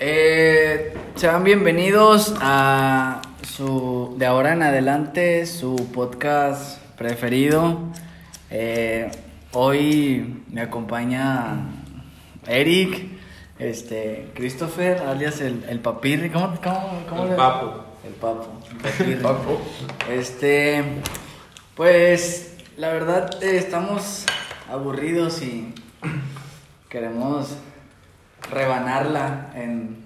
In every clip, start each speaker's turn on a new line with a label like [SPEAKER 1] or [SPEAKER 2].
[SPEAKER 1] Eh, sean bienvenidos a su de ahora en adelante su podcast preferido. Eh, hoy me acompaña Eric, este Christopher, alias el, el papirri, ¿cómo, cómo, cómo
[SPEAKER 2] El
[SPEAKER 1] le-
[SPEAKER 2] papo.
[SPEAKER 1] El papo. el papirri. Este, pues la verdad eh, estamos aburridos y queremos rebanarla en.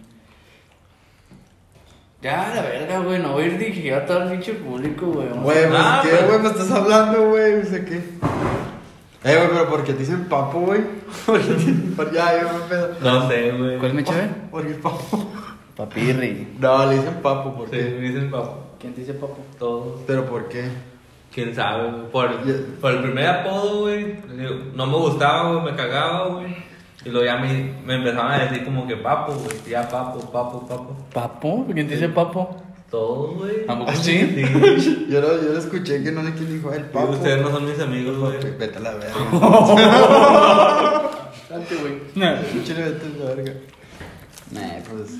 [SPEAKER 1] Ya, la verga, güey, no voy a ir dirigido a todo el pinche público, güey. vamos a-
[SPEAKER 3] Güey, pues,
[SPEAKER 2] Ah,
[SPEAKER 3] ¿qué,
[SPEAKER 2] pero-
[SPEAKER 3] güey? ¿Me estás hablando, güey? O sea, ¿qué? Eh, güey, pero ¿por qué te dicen papo, güey? Por- ya, yo me pedo.
[SPEAKER 2] No sé, güey.
[SPEAKER 1] ¿Cuál me chave?
[SPEAKER 3] ¿Por qué papo?
[SPEAKER 1] Papirri.
[SPEAKER 3] No, le dicen papo, ¿por
[SPEAKER 2] Sí,
[SPEAKER 3] qué?
[SPEAKER 2] me dicen papo.
[SPEAKER 1] ¿Quién te dice papo?
[SPEAKER 2] Todos.
[SPEAKER 3] ¿Pero por qué?
[SPEAKER 2] Quién sabe, güey. Por,
[SPEAKER 3] Ya.
[SPEAKER 2] por el primer apodo, güey. le digo, No me gustaba, güey. Me cagaba, güey. Y luego ya me, me empezaban a decir como que papo, güey. Ya papo, papo, papo.
[SPEAKER 1] ¿Papo? ¿Quién te dice papo?
[SPEAKER 2] Todos, güey.
[SPEAKER 1] ¿A poco ¿Ah, sí?
[SPEAKER 2] Sí.
[SPEAKER 3] Yo lo, yo lo escuché que no le quién dijo el
[SPEAKER 2] Y
[SPEAKER 3] papo.
[SPEAKER 2] ustedes no son mis amigos, güey.
[SPEAKER 3] Güey, Vete a la verga.
[SPEAKER 1] Date, güey. Nah.
[SPEAKER 3] Chile, vete a la verga. Nah, pues.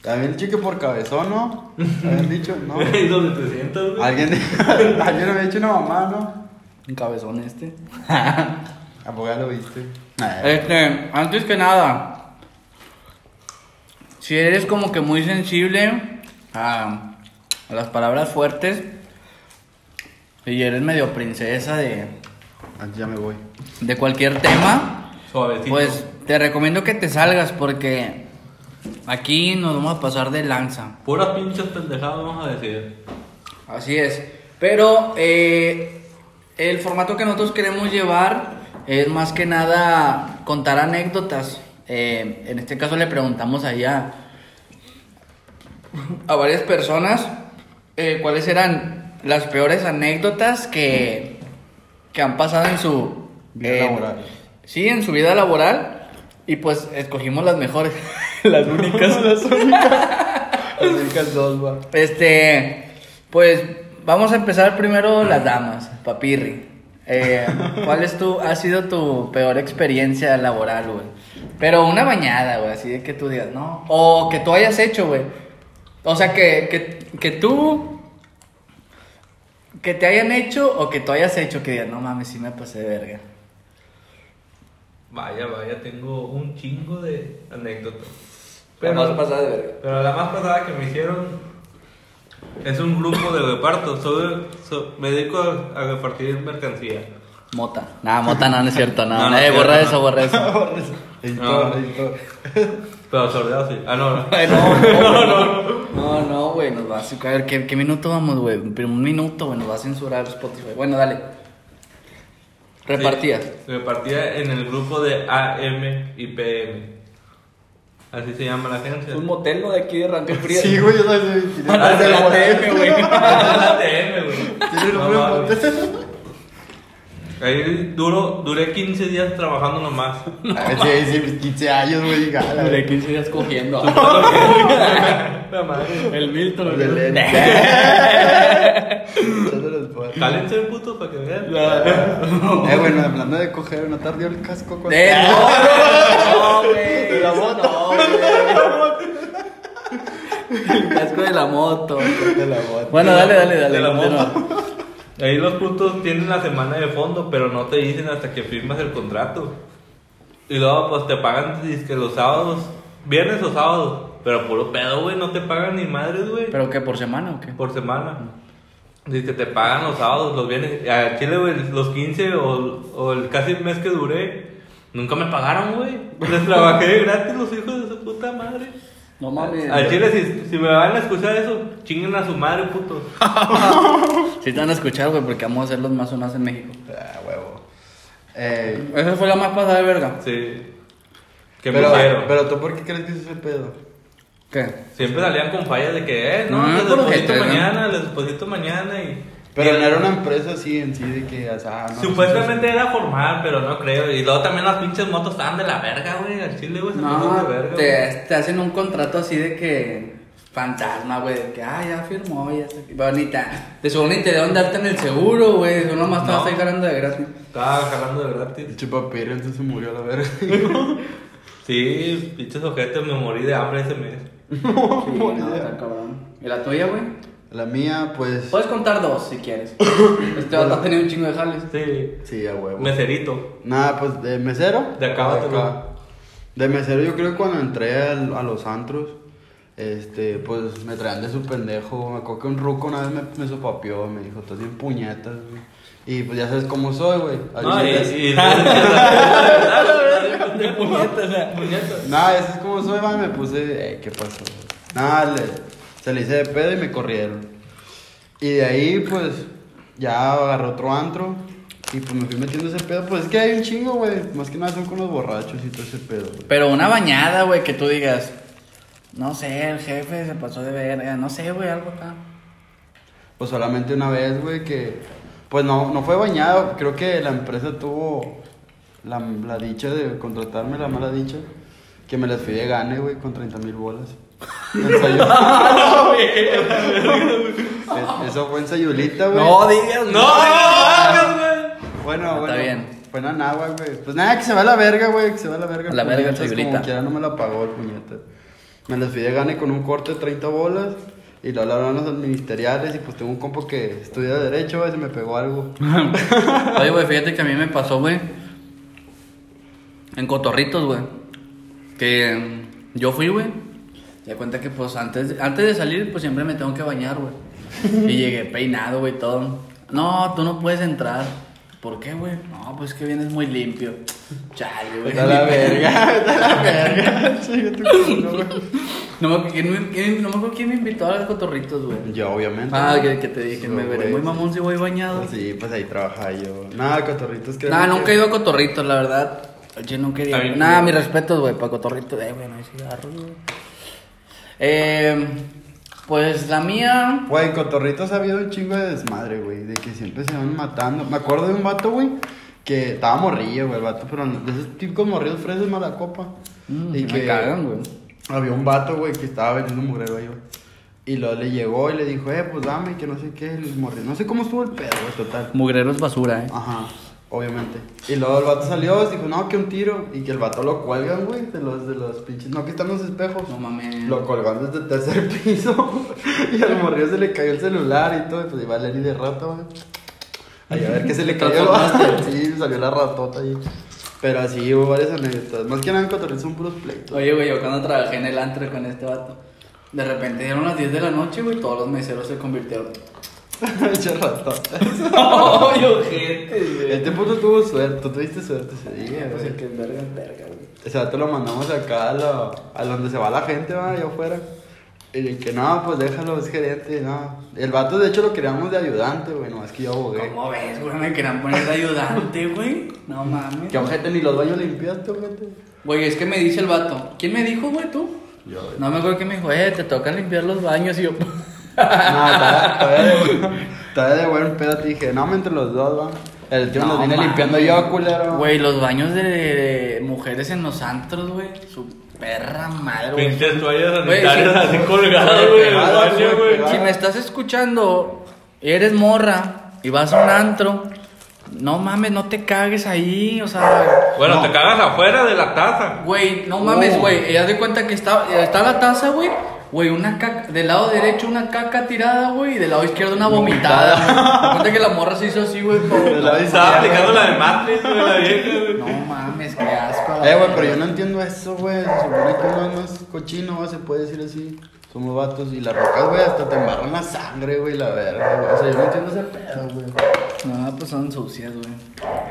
[SPEAKER 3] También chique por cabezón, ¿no? Habían dicho, ¿no?
[SPEAKER 2] Y donde te sientas, güey.
[SPEAKER 3] Alguien, alguien había dicho una mamá, ¿no?
[SPEAKER 1] Un cabezón este.
[SPEAKER 3] ¿A poco ya lo viste? Nah.
[SPEAKER 1] Este, antes que nada, si eres como que muy sensible a, a las palabras fuertes y eres medio princesa de,
[SPEAKER 3] Ah, Ya me voy.
[SPEAKER 1] de cualquier tema,
[SPEAKER 2] Suavecito.
[SPEAKER 1] pues te recomiendo que te salgas porque aquí nos vamos a pasar de lanza.
[SPEAKER 2] Puras pinches pendejadas, vamos a decir.
[SPEAKER 1] Así es. Pero eh, el formato que nosotros queremos llevar es más que nada contar anécdotas. Eh, en este caso le preguntamos allá a varias personas eh, cuáles eran las peores anécdotas que, que han pasado en su
[SPEAKER 3] Vida
[SPEAKER 1] en-
[SPEAKER 3] laboral.
[SPEAKER 1] Sí, en su vida laboral. Y pues escogimos las mejores, las únicas.
[SPEAKER 3] Acerca el dos, va.
[SPEAKER 1] Este, pues vamos a empezar primero las damas, papirri. Eh, ¿Cuál es tu, ha sido tu peor experiencia laboral, güey? Pero una bañada, güey, así de que tú digas, ¿no? O que tú hayas hecho, güey. O sea, que, que, que tú, que te hayan hecho o que tú hayas hecho, que digas, no mames, sí me pasé de verga.
[SPEAKER 2] Vaya, vaya, tengo un chingo de anécdotas.
[SPEAKER 1] de verga.
[SPEAKER 2] Pero la más pasada que me hicieron es un grupo de reparto. Soy, so- me dedico a, a repartir mercancía.
[SPEAKER 1] Mota. Nah, mota no, no es cierto, no.
[SPEAKER 2] No, no es
[SPEAKER 1] eh, borra
[SPEAKER 2] cierto,
[SPEAKER 1] eso,
[SPEAKER 2] no.
[SPEAKER 1] borra eso. Ah.
[SPEAKER 3] Editor, editor.
[SPEAKER 2] Pero sordeado sí. Ah, no, no.
[SPEAKER 1] Ay, No, no, no. No, no, güey, nos va a censurar. ¿Qué, qué minuto vamos, güey? Pero Un minuto, güey, nos va a censurar Spotify. Bueno, dale. Repartía.
[SPEAKER 2] Sí, repartía en el grupo de AM y PM. Así se llama la agencia.
[SPEAKER 1] motel, ¿no? De aquí de Rancho Frío.
[SPEAKER 3] Sí, güey, yo también soy
[SPEAKER 1] Ah, de la TM, güey.
[SPEAKER 2] la TM, güey.
[SPEAKER 3] Tiene el
[SPEAKER 2] No
[SPEAKER 3] nombre
[SPEAKER 2] mames.
[SPEAKER 3] potente.
[SPEAKER 2] Ahí duro, duré 15 días trabajando nomás.
[SPEAKER 3] A ver si dice 15 pues, años, güey, gala.
[SPEAKER 1] Duré 15 días cogiendo. El Milton, güey.
[SPEAKER 3] Belén.
[SPEAKER 1] Nah.
[SPEAKER 3] Echándolos por-
[SPEAKER 2] Cálense, puto, para que vean.
[SPEAKER 3] Eh, bueno, hablando de coger, ¿no tardió el casco cuando-
[SPEAKER 1] Eh, no, no, no, güey.
[SPEAKER 3] De la moto.
[SPEAKER 1] No, güey. El casco de la moto.
[SPEAKER 3] De la bota.
[SPEAKER 1] Bueno, dale, dale, dale.
[SPEAKER 2] De la moto.
[SPEAKER 1] continúa.
[SPEAKER 2] Ahí los putos tienen la semana de fondo, pero no te dicen hasta que firmas el contrato. Y luego, pues te pagan que los sábados, viernes o sábados, pero puro pedo, güey, no te pagan ni madres, güey,
[SPEAKER 1] ¿Pero qué, por semana o qué?
[SPEAKER 2] por semana. Dice, te pagan los sábados, los viernes. A Chile, güey, los 15 o, o el casi mes que duré, nunca me pagaron, güey. Les trabajé gratis los hijos de su puta madre.
[SPEAKER 1] No mames.
[SPEAKER 2] Al Chile, si, si me van a escuchar eso, chinguen a su madre, puto.
[SPEAKER 1] Si te van a escuchar, güey, porque vamos a ser los más sonados en México.
[SPEAKER 3] Ah, huevo. Eh,
[SPEAKER 1] Esa fue la más pasada de verga.
[SPEAKER 2] Sí. Que me
[SPEAKER 3] pero,
[SPEAKER 2] hicieron.
[SPEAKER 3] pero tú, ¿por qué crees que es ese pedo?
[SPEAKER 1] ¿Qué?
[SPEAKER 2] Siempre salían con fallas de que, eh, no,
[SPEAKER 1] No,
[SPEAKER 2] les
[SPEAKER 1] por lo
[SPEAKER 2] deposito
[SPEAKER 1] que te-
[SPEAKER 2] mañana, les deposito mañana y...
[SPEAKER 3] Pero
[SPEAKER 2] y-
[SPEAKER 3] no era una empresa así en sí de que, o sea, no,
[SPEAKER 2] Supuestamente era formal, pero no creo. Y luego también las pinches motos estaban de la verga, güey. Al chile, güey, se me hizo
[SPEAKER 1] No,
[SPEAKER 2] Pues, de verga. güey.
[SPEAKER 1] te, te hacen un contrato así de que. Fantasma, güey, de que, ah, ya firmó, ya está aquí. Bonita. De seguro ni te deben darte en el seguro, güey. Tú nomás te vas a ir ganando de gratis.
[SPEAKER 2] Estaba jalando de gratis.
[SPEAKER 3] El chupapirri antes se murió a la verga.
[SPEAKER 2] Sí, pinches ojetes, me morí de hambre ese mes.
[SPEAKER 1] Sí, no, está cabrón. ¿Y la tuya, güey?
[SPEAKER 3] La mía, pues.
[SPEAKER 1] Puedes contar dos si quieres. Este vato ha tenido un chingo de jales.
[SPEAKER 2] Sí,
[SPEAKER 3] Sí, a huevo.
[SPEAKER 2] meserito.
[SPEAKER 3] Nada, pues de mesero.
[SPEAKER 2] De acá,
[SPEAKER 3] De,
[SPEAKER 2] de acá.
[SPEAKER 3] De mesero, yo creo que cuando entré al- a los antros, este, pues me traían de su pendejo. Me acuerdo que un ruco una vez me, me sopapeó, me dijo, estás bien puñetas, güey". Y pues ya sabes cómo soy, güey.
[SPEAKER 2] No, y, y- de puñetas, puñetas.
[SPEAKER 3] Nada, ya sabes cómo soy, va, me puse, eh, ¿qué pasó? Nada, le- se le hice de pedo y me corrieron. Y de ahí, pues, ya agarré otro antro. Y pues me fui metiendo ese pedo. Pues es que hay un chingo, güey. Más que nada son con los borrachos y todo ese pedo, güey.
[SPEAKER 1] Pero una bañada, güey, que tú digas. No sé, el jefe se pasó de verga. No sé, güey, algo acá.
[SPEAKER 3] Pues solamente una vez, güey, que. Pues no, no fue bañado. Creo que la empresa tuvo la, la dicha de contratarme, la mala dicha. Que me las fui de gane, güey, con 30 mil bolas. En Sayul- es- Eso fue en Sayulita, güey.
[SPEAKER 1] digas,
[SPEAKER 2] No, no mames, güey.
[SPEAKER 3] Bueno,
[SPEAKER 1] Está
[SPEAKER 3] bueno.
[SPEAKER 1] bien.
[SPEAKER 3] Fue una nagua, güey. Pues nada, que se va a la verga, güey. Que se va a la verga.
[SPEAKER 1] A la verga,
[SPEAKER 3] puñetas,
[SPEAKER 1] señorita.
[SPEAKER 3] Como quiera, no me la pagó el puñete. Me las fui de gane con un corte de 30 bolas. Y lo hablaron los ministeriales. Y pues tengo un compo que estudia Derecho, güey. Se me pegó algo.
[SPEAKER 1] Oye, güey, fíjate que a mí me pasó, güey. En Cotorritos, güey. Que mm, yo fui, güey. Ya cuenta que, pues, antes, antes de salir, pues siempre me tengo que bañar, güey. Y llegué peinado, güey, todo. No, tú no puedes entrar. ¿Por qué, güey? No, pues que vienes muy limpio. Chale, güey.
[SPEAKER 3] Vete a la verga, vete a la verga. Chinga tu culo, güey.
[SPEAKER 1] No me, quién me- quién- no me acuerdo quién me invitó a los cotorritos, güey.
[SPEAKER 3] Yo, obviamente.
[SPEAKER 1] Ah, que, que te dije,
[SPEAKER 3] Sí,
[SPEAKER 1] me veré
[SPEAKER 3] güey.
[SPEAKER 1] muy mamón si voy bañado.
[SPEAKER 3] Pues sí, pues ahí trabajaba yo. Nada, cotorritos que.
[SPEAKER 1] Nah, nunca he ido a Cotorritos, la verdad. Yo nunca he ido.
[SPEAKER 2] Está bien,
[SPEAKER 1] Nah,
[SPEAKER 2] bien.
[SPEAKER 1] mis respetos, güey, para Cotorritos. Eh, güey, no hay cigarro, güey. Eh, pues la mía.
[SPEAKER 3] Güey, en Cotorritos ha habido un chingo de desmadre, güey. De que siempre se van matando. Me acuerdo de un vato, güey, que estaba morrillo, güey, el vato, pero de esos típicos morrillos fresas mala copa.
[SPEAKER 1] Mm, me cagan, güey.
[SPEAKER 3] Había un vato, güey, que estaba vendiendo murero ahí, güey. Y luego le llegó y le dijo, eh, pues dame, que no sé qué, el morrillo. No sé cómo estuvo el pedo, güey, total.
[SPEAKER 1] Mugrero es basura, eh.
[SPEAKER 3] Ajá, obviamente. Y luego el vato salió, dijo, no, que un tiro. Y que el vato lo cuelgan, güey, de los, de los pinches. No, que están los espejos.
[SPEAKER 1] No mames.
[SPEAKER 3] Lo colgando desde el tercer piso. y al morrillo se le cayó el celular y todo. Y pues iba a leer de rata, güey. Ahí a ver que se le cayó el vato. Sí, salió la ratota ahí. Pero así hubo varias anécdotas. Más que nada en Cotorril son puros pleitos.
[SPEAKER 1] Oye, güey, yo cuando trabajé en el antre con este vato. De repente eran las 10 de la noche, güey, todos los meseros se convirtieron.
[SPEAKER 3] Echa ratota.
[SPEAKER 1] ¡Ay, ojete, güey!
[SPEAKER 3] Este puto tuvo suerte. Tú tuviste suerte ese día,
[SPEAKER 1] Pues
[SPEAKER 3] güey.
[SPEAKER 1] el que es verga es verga, güey.
[SPEAKER 3] O sea, te lo mandamos acá a, la- a donde se va la gente, va, allá afuera. Y de que no, pues déjalo, es gerente, no. El vato, de hecho, lo queríamos de ayudante, güey, no, es que yo abogué.
[SPEAKER 1] ¿Cómo ves, güey? Me querían poner de ayudante, güey. No mames.
[SPEAKER 3] Que ojete ni los baños limpiaste, ojete.
[SPEAKER 1] Güey, es que me dice el vato. ¿Quién me dijo, güey, tú?
[SPEAKER 3] Yo, güey.
[SPEAKER 1] No me acuerdo que me dijo, eh, te toca limpiar los baños. Y yo,
[SPEAKER 3] No, todavía, todavía de, todavía de buen pedo te dije, no, entre los dos, va. El tío nos
[SPEAKER 1] No,
[SPEAKER 3] viene
[SPEAKER 1] mames.
[SPEAKER 3] limpiando yo, culero.
[SPEAKER 1] güey, los baños de, de mujeres en los antros, güey. Su perra madre, güey.
[SPEAKER 2] Pinches toallas
[SPEAKER 1] Güey,
[SPEAKER 2] sanitarias
[SPEAKER 1] sí.
[SPEAKER 2] así colgadas, güey, en el
[SPEAKER 3] Pegadas,
[SPEAKER 2] baño,
[SPEAKER 3] güey,
[SPEAKER 2] güey.
[SPEAKER 3] pegadas.
[SPEAKER 1] Si me estás escuchando, eres morra y vas a un antro, no mames, no te cagues ahí, o sea.
[SPEAKER 2] Bueno,
[SPEAKER 3] No.
[SPEAKER 2] te cagas afuera de la taza.
[SPEAKER 1] Güey, no
[SPEAKER 3] Uh.
[SPEAKER 1] mames, güey. Y haz de cuenta que está, está la taza, güey. Güey, una caca. Del lado derecho una caca tirada, güey. Y del lado izquierdo una vomitada. güey. Cuenta que la morra se hizo así, güey. por-
[SPEAKER 3] Del lado
[SPEAKER 2] Estaba
[SPEAKER 3] Ya,
[SPEAKER 2] aplicando
[SPEAKER 3] güey.
[SPEAKER 2] la de Matrix, güey, la vieja, güey.
[SPEAKER 1] No mames, qué asco. la
[SPEAKER 3] Eh, güey,
[SPEAKER 1] verga.
[SPEAKER 3] pero yo no entiendo eso, güey. Se supone que uno no es cochino, ¿va? se puede decir así. Somos vatos y las rocas, güey, hasta te embarran la sangre, güey, la verga, güey. O sea, yo no entiendo ese pedo, güey.
[SPEAKER 1] No, pues son sucias, güey.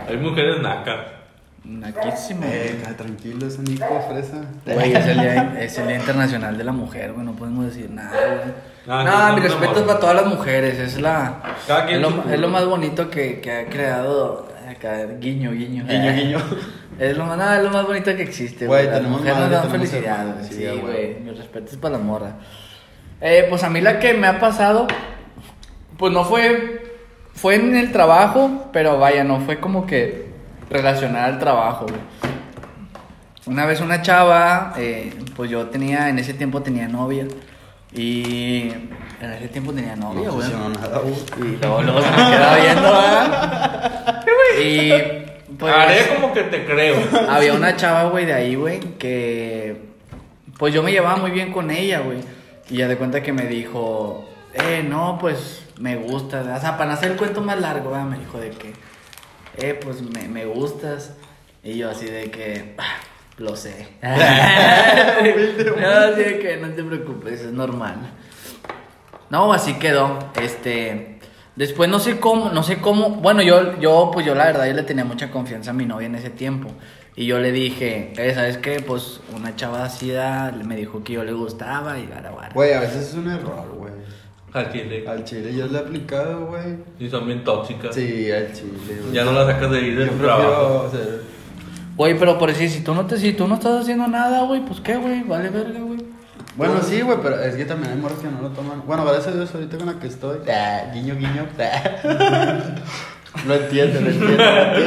[SPEAKER 2] Hay mujeres nacas.
[SPEAKER 1] Naquísimo.
[SPEAKER 3] Eh, ca- tranquilo, ese Nico fresa.
[SPEAKER 1] Güey, es el, día, es el Día Internacional de la Mujer, güey. No podemos decir nada, güey.
[SPEAKER 2] Ah,
[SPEAKER 1] Nada,
[SPEAKER 2] sí,
[SPEAKER 1] mi
[SPEAKER 2] no,
[SPEAKER 1] respeto
[SPEAKER 2] no,
[SPEAKER 1] es para todas las mujeres. Es la.
[SPEAKER 2] Cada quien
[SPEAKER 1] Es lo,
[SPEAKER 2] su-
[SPEAKER 1] es lo más bonito que, que ha creado. Acá, guiño, guiño. Eh,
[SPEAKER 3] Guiño, guiño.
[SPEAKER 1] Es lo, más- nada, es lo más bonito que existe,
[SPEAKER 3] Güey,
[SPEAKER 1] güey. Las
[SPEAKER 3] tenemos
[SPEAKER 1] mujeres nos
[SPEAKER 3] madre,
[SPEAKER 1] dan
[SPEAKER 3] tenemos
[SPEAKER 1] felicidad,
[SPEAKER 3] hermanas,
[SPEAKER 1] güey.
[SPEAKER 3] sí,
[SPEAKER 1] Sí,
[SPEAKER 3] a
[SPEAKER 1] güey.
[SPEAKER 3] huevo.
[SPEAKER 1] Mi respeto es para la morra. Eh, pues a mí la que me ha pasado. Pues no fue. Fue en el trabajo, pero vaya, no fue como que relacionada al trabajo, güey. Una vez una chava, eh, pues yo tenía, en ese tiempo tenía novia. Y en ese tiempo tenía novia,
[SPEAKER 3] No
[SPEAKER 1] güey.
[SPEAKER 3] funcionó nada, güey.
[SPEAKER 1] y luego, luego se me quedaba viendo, ¿verdad? Y pues,
[SPEAKER 2] Haré como que te creo.
[SPEAKER 1] había una chava, güey, de ahí, güey, que pues yo me llevaba muy bien con ella, güey. Y ya de cuenta que me dijo, eh, no, pues me gusta. O sea, para no hacer el cuento más largo, ¿verdad? me dijo de que, eh, pues me, me gustas. Y yo así de que, "Ah, lo sé. no, así de que no te preocupes, es normal. No, así quedó. Este. Después no sé cómo, no sé cómo. Bueno, yo, yo, pues yo la verdad, yo le tenía mucha confianza a mi novia en ese tiempo. Y yo le dije, eh, ¿sabes qué? Pues una chava así da- me dijo que yo le gustaba y gara, gara.
[SPEAKER 3] Güey, a veces es un error, güey.
[SPEAKER 2] Al chile.
[SPEAKER 3] Al chile yo le he aplicado, güey.
[SPEAKER 2] Y son bien tóxicas.
[SPEAKER 3] Sí, al chile, güey.
[SPEAKER 2] Ya no la sacas de ahí
[SPEAKER 3] Yo
[SPEAKER 2] del
[SPEAKER 3] prefiero
[SPEAKER 2] trabajo.
[SPEAKER 3] hacer-
[SPEAKER 1] Güey, pero por decir, si tú no te, si tú no estás haciendo nada, güey, pues qué, güey, vale verga, güey.
[SPEAKER 3] Bueno, sí, güey, pero es que también hay morras que no lo toman. Bueno, gracias a Dios, ahorita con la que estoy. ah, guiño, guiño. ah. Lo entiendo, lo entiendo. lo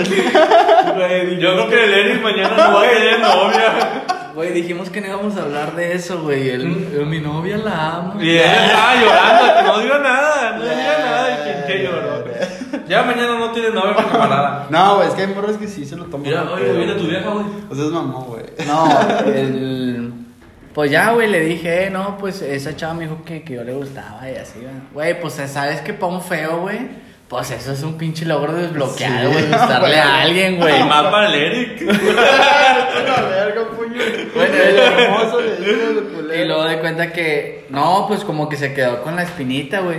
[SPEAKER 3] entiendo.
[SPEAKER 2] Yo creo que el Eric mañana no va a tener novia.
[SPEAKER 1] Güey, dijimos que no íbamos a hablar de eso, güey. El- el- mi novia la amo.
[SPEAKER 2] Y ella estaba llorando, que no diga nada, no diga nada. Y que, que lloró. Ya mañana no tiene novia, mi camarada.
[SPEAKER 3] No, güey, es que hay morras que sí se lo toman.
[SPEAKER 2] Mira,
[SPEAKER 3] al
[SPEAKER 2] oye,
[SPEAKER 3] pedo,
[SPEAKER 2] viene tu
[SPEAKER 3] güey.
[SPEAKER 2] vieja, güey.
[SPEAKER 3] O sea, es mamón, güey.
[SPEAKER 1] No, el- Pues ya, güey, le dije, eh, no, pues esa chava me dijo que, que yo le gustaba y así, güey. güey. pues sabes que pa' un feo, güey, pues eso es un pinche logro desbloqueado,
[SPEAKER 3] Sí,
[SPEAKER 1] güey, gustarle
[SPEAKER 3] güey.
[SPEAKER 1] a alguien, güey.
[SPEAKER 2] Y más para el Eric.
[SPEAKER 3] La verga, puño.
[SPEAKER 1] Bueno,
[SPEAKER 3] el hermoso le digo de culero.
[SPEAKER 1] Y luego de cuenta que, no, pues como que se quedó con la espinita, güey.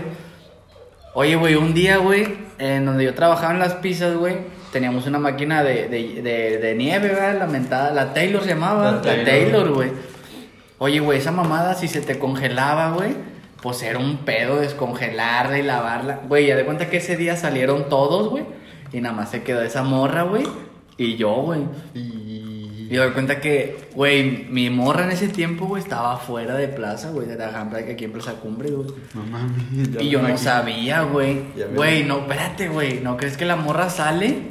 [SPEAKER 1] Oye, güey, un día, güey, en donde yo trabajaba en las pizzas, güey, teníamos una máquina de, de, de- de nieve, ¿verdad? La mentada, la Taylor se llamaba,
[SPEAKER 3] La
[SPEAKER 1] la
[SPEAKER 3] Taylor.
[SPEAKER 1] Taylor, güey. Oye, güey, esa mamada, si se te congelaba, güey, pues era un pedo descongelarla y lavarla. Güey, ya de cuenta que ese día salieron todos, güey, y nada más se quedó esa morra, güey, y yo, güey. Y
[SPEAKER 3] Y...
[SPEAKER 1] doy cuenta que, güey, mi morra en ese tiempo, güey, estaba fuera de plaza, güey, de la Alhambra, que aquí en Plaza Cumbre, güey.
[SPEAKER 3] No mames. ya
[SPEAKER 1] Y yo
[SPEAKER 3] me
[SPEAKER 1] no
[SPEAKER 3] imagino.
[SPEAKER 1] sabía, güey.
[SPEAKER 3] Ya me
[SPEAKER 1] Güey,
[SPEAKER 3] imagino.
[SPEAKER 1] no, espérate, güey. ¿No crees que la morra sale?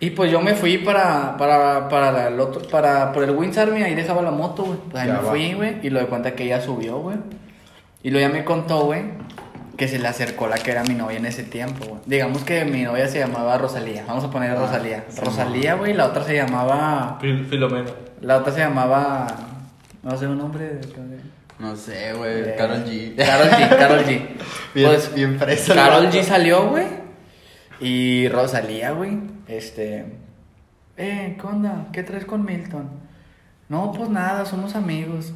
[SPEAKER 1] Y pues yo me fui para, para, para, el otro, para, por el Wings Army, ahí dejaba la moto, güey. Pues ahí
[SPEAKER 3] Ya
[SPEAKER 1] me
[SPEAKER 3] va.
[SPEAKER 1] fui, güey, y lo de cuenta que ella subió, güey. Y luego ya me contó, güey, que se le acercó la que era mi novia en ese tiempo, güey. Digamos que mi novia se llamaba Rosalía. Vamos a poner a
[SPEAKER 3] Ah,
[SPEAKER 1] Rosalía.
[SPEAKER 3] sí,
[SPEAKER 1] Rosalía, güey, la otra se llamaba...
[SPEAKER 2] Fil- Filomena.
[SPEAKER 1] La otra se llamaba. No sé un nombre. de-
[SPEAKER 3] No sé, güey.
[SPEAKER 1] de-
[SPEAKER 3] Carol G.
[SPEAKER 1] Carol G, Carol G.
[SPEAKER 3] Eh, Bien,
[SPEAKER 1] Pues,
[SPEAKER 3] bien fresa. la
[SPEAKER 1] Carol
[SPEAKER 3] vato.
[SPEAKER 1] G salió, güey. Y Rosalía, güey. Este. Eh, ¿qué onda? ¿Qué traes con Milton? No, pues nada, somos amigos.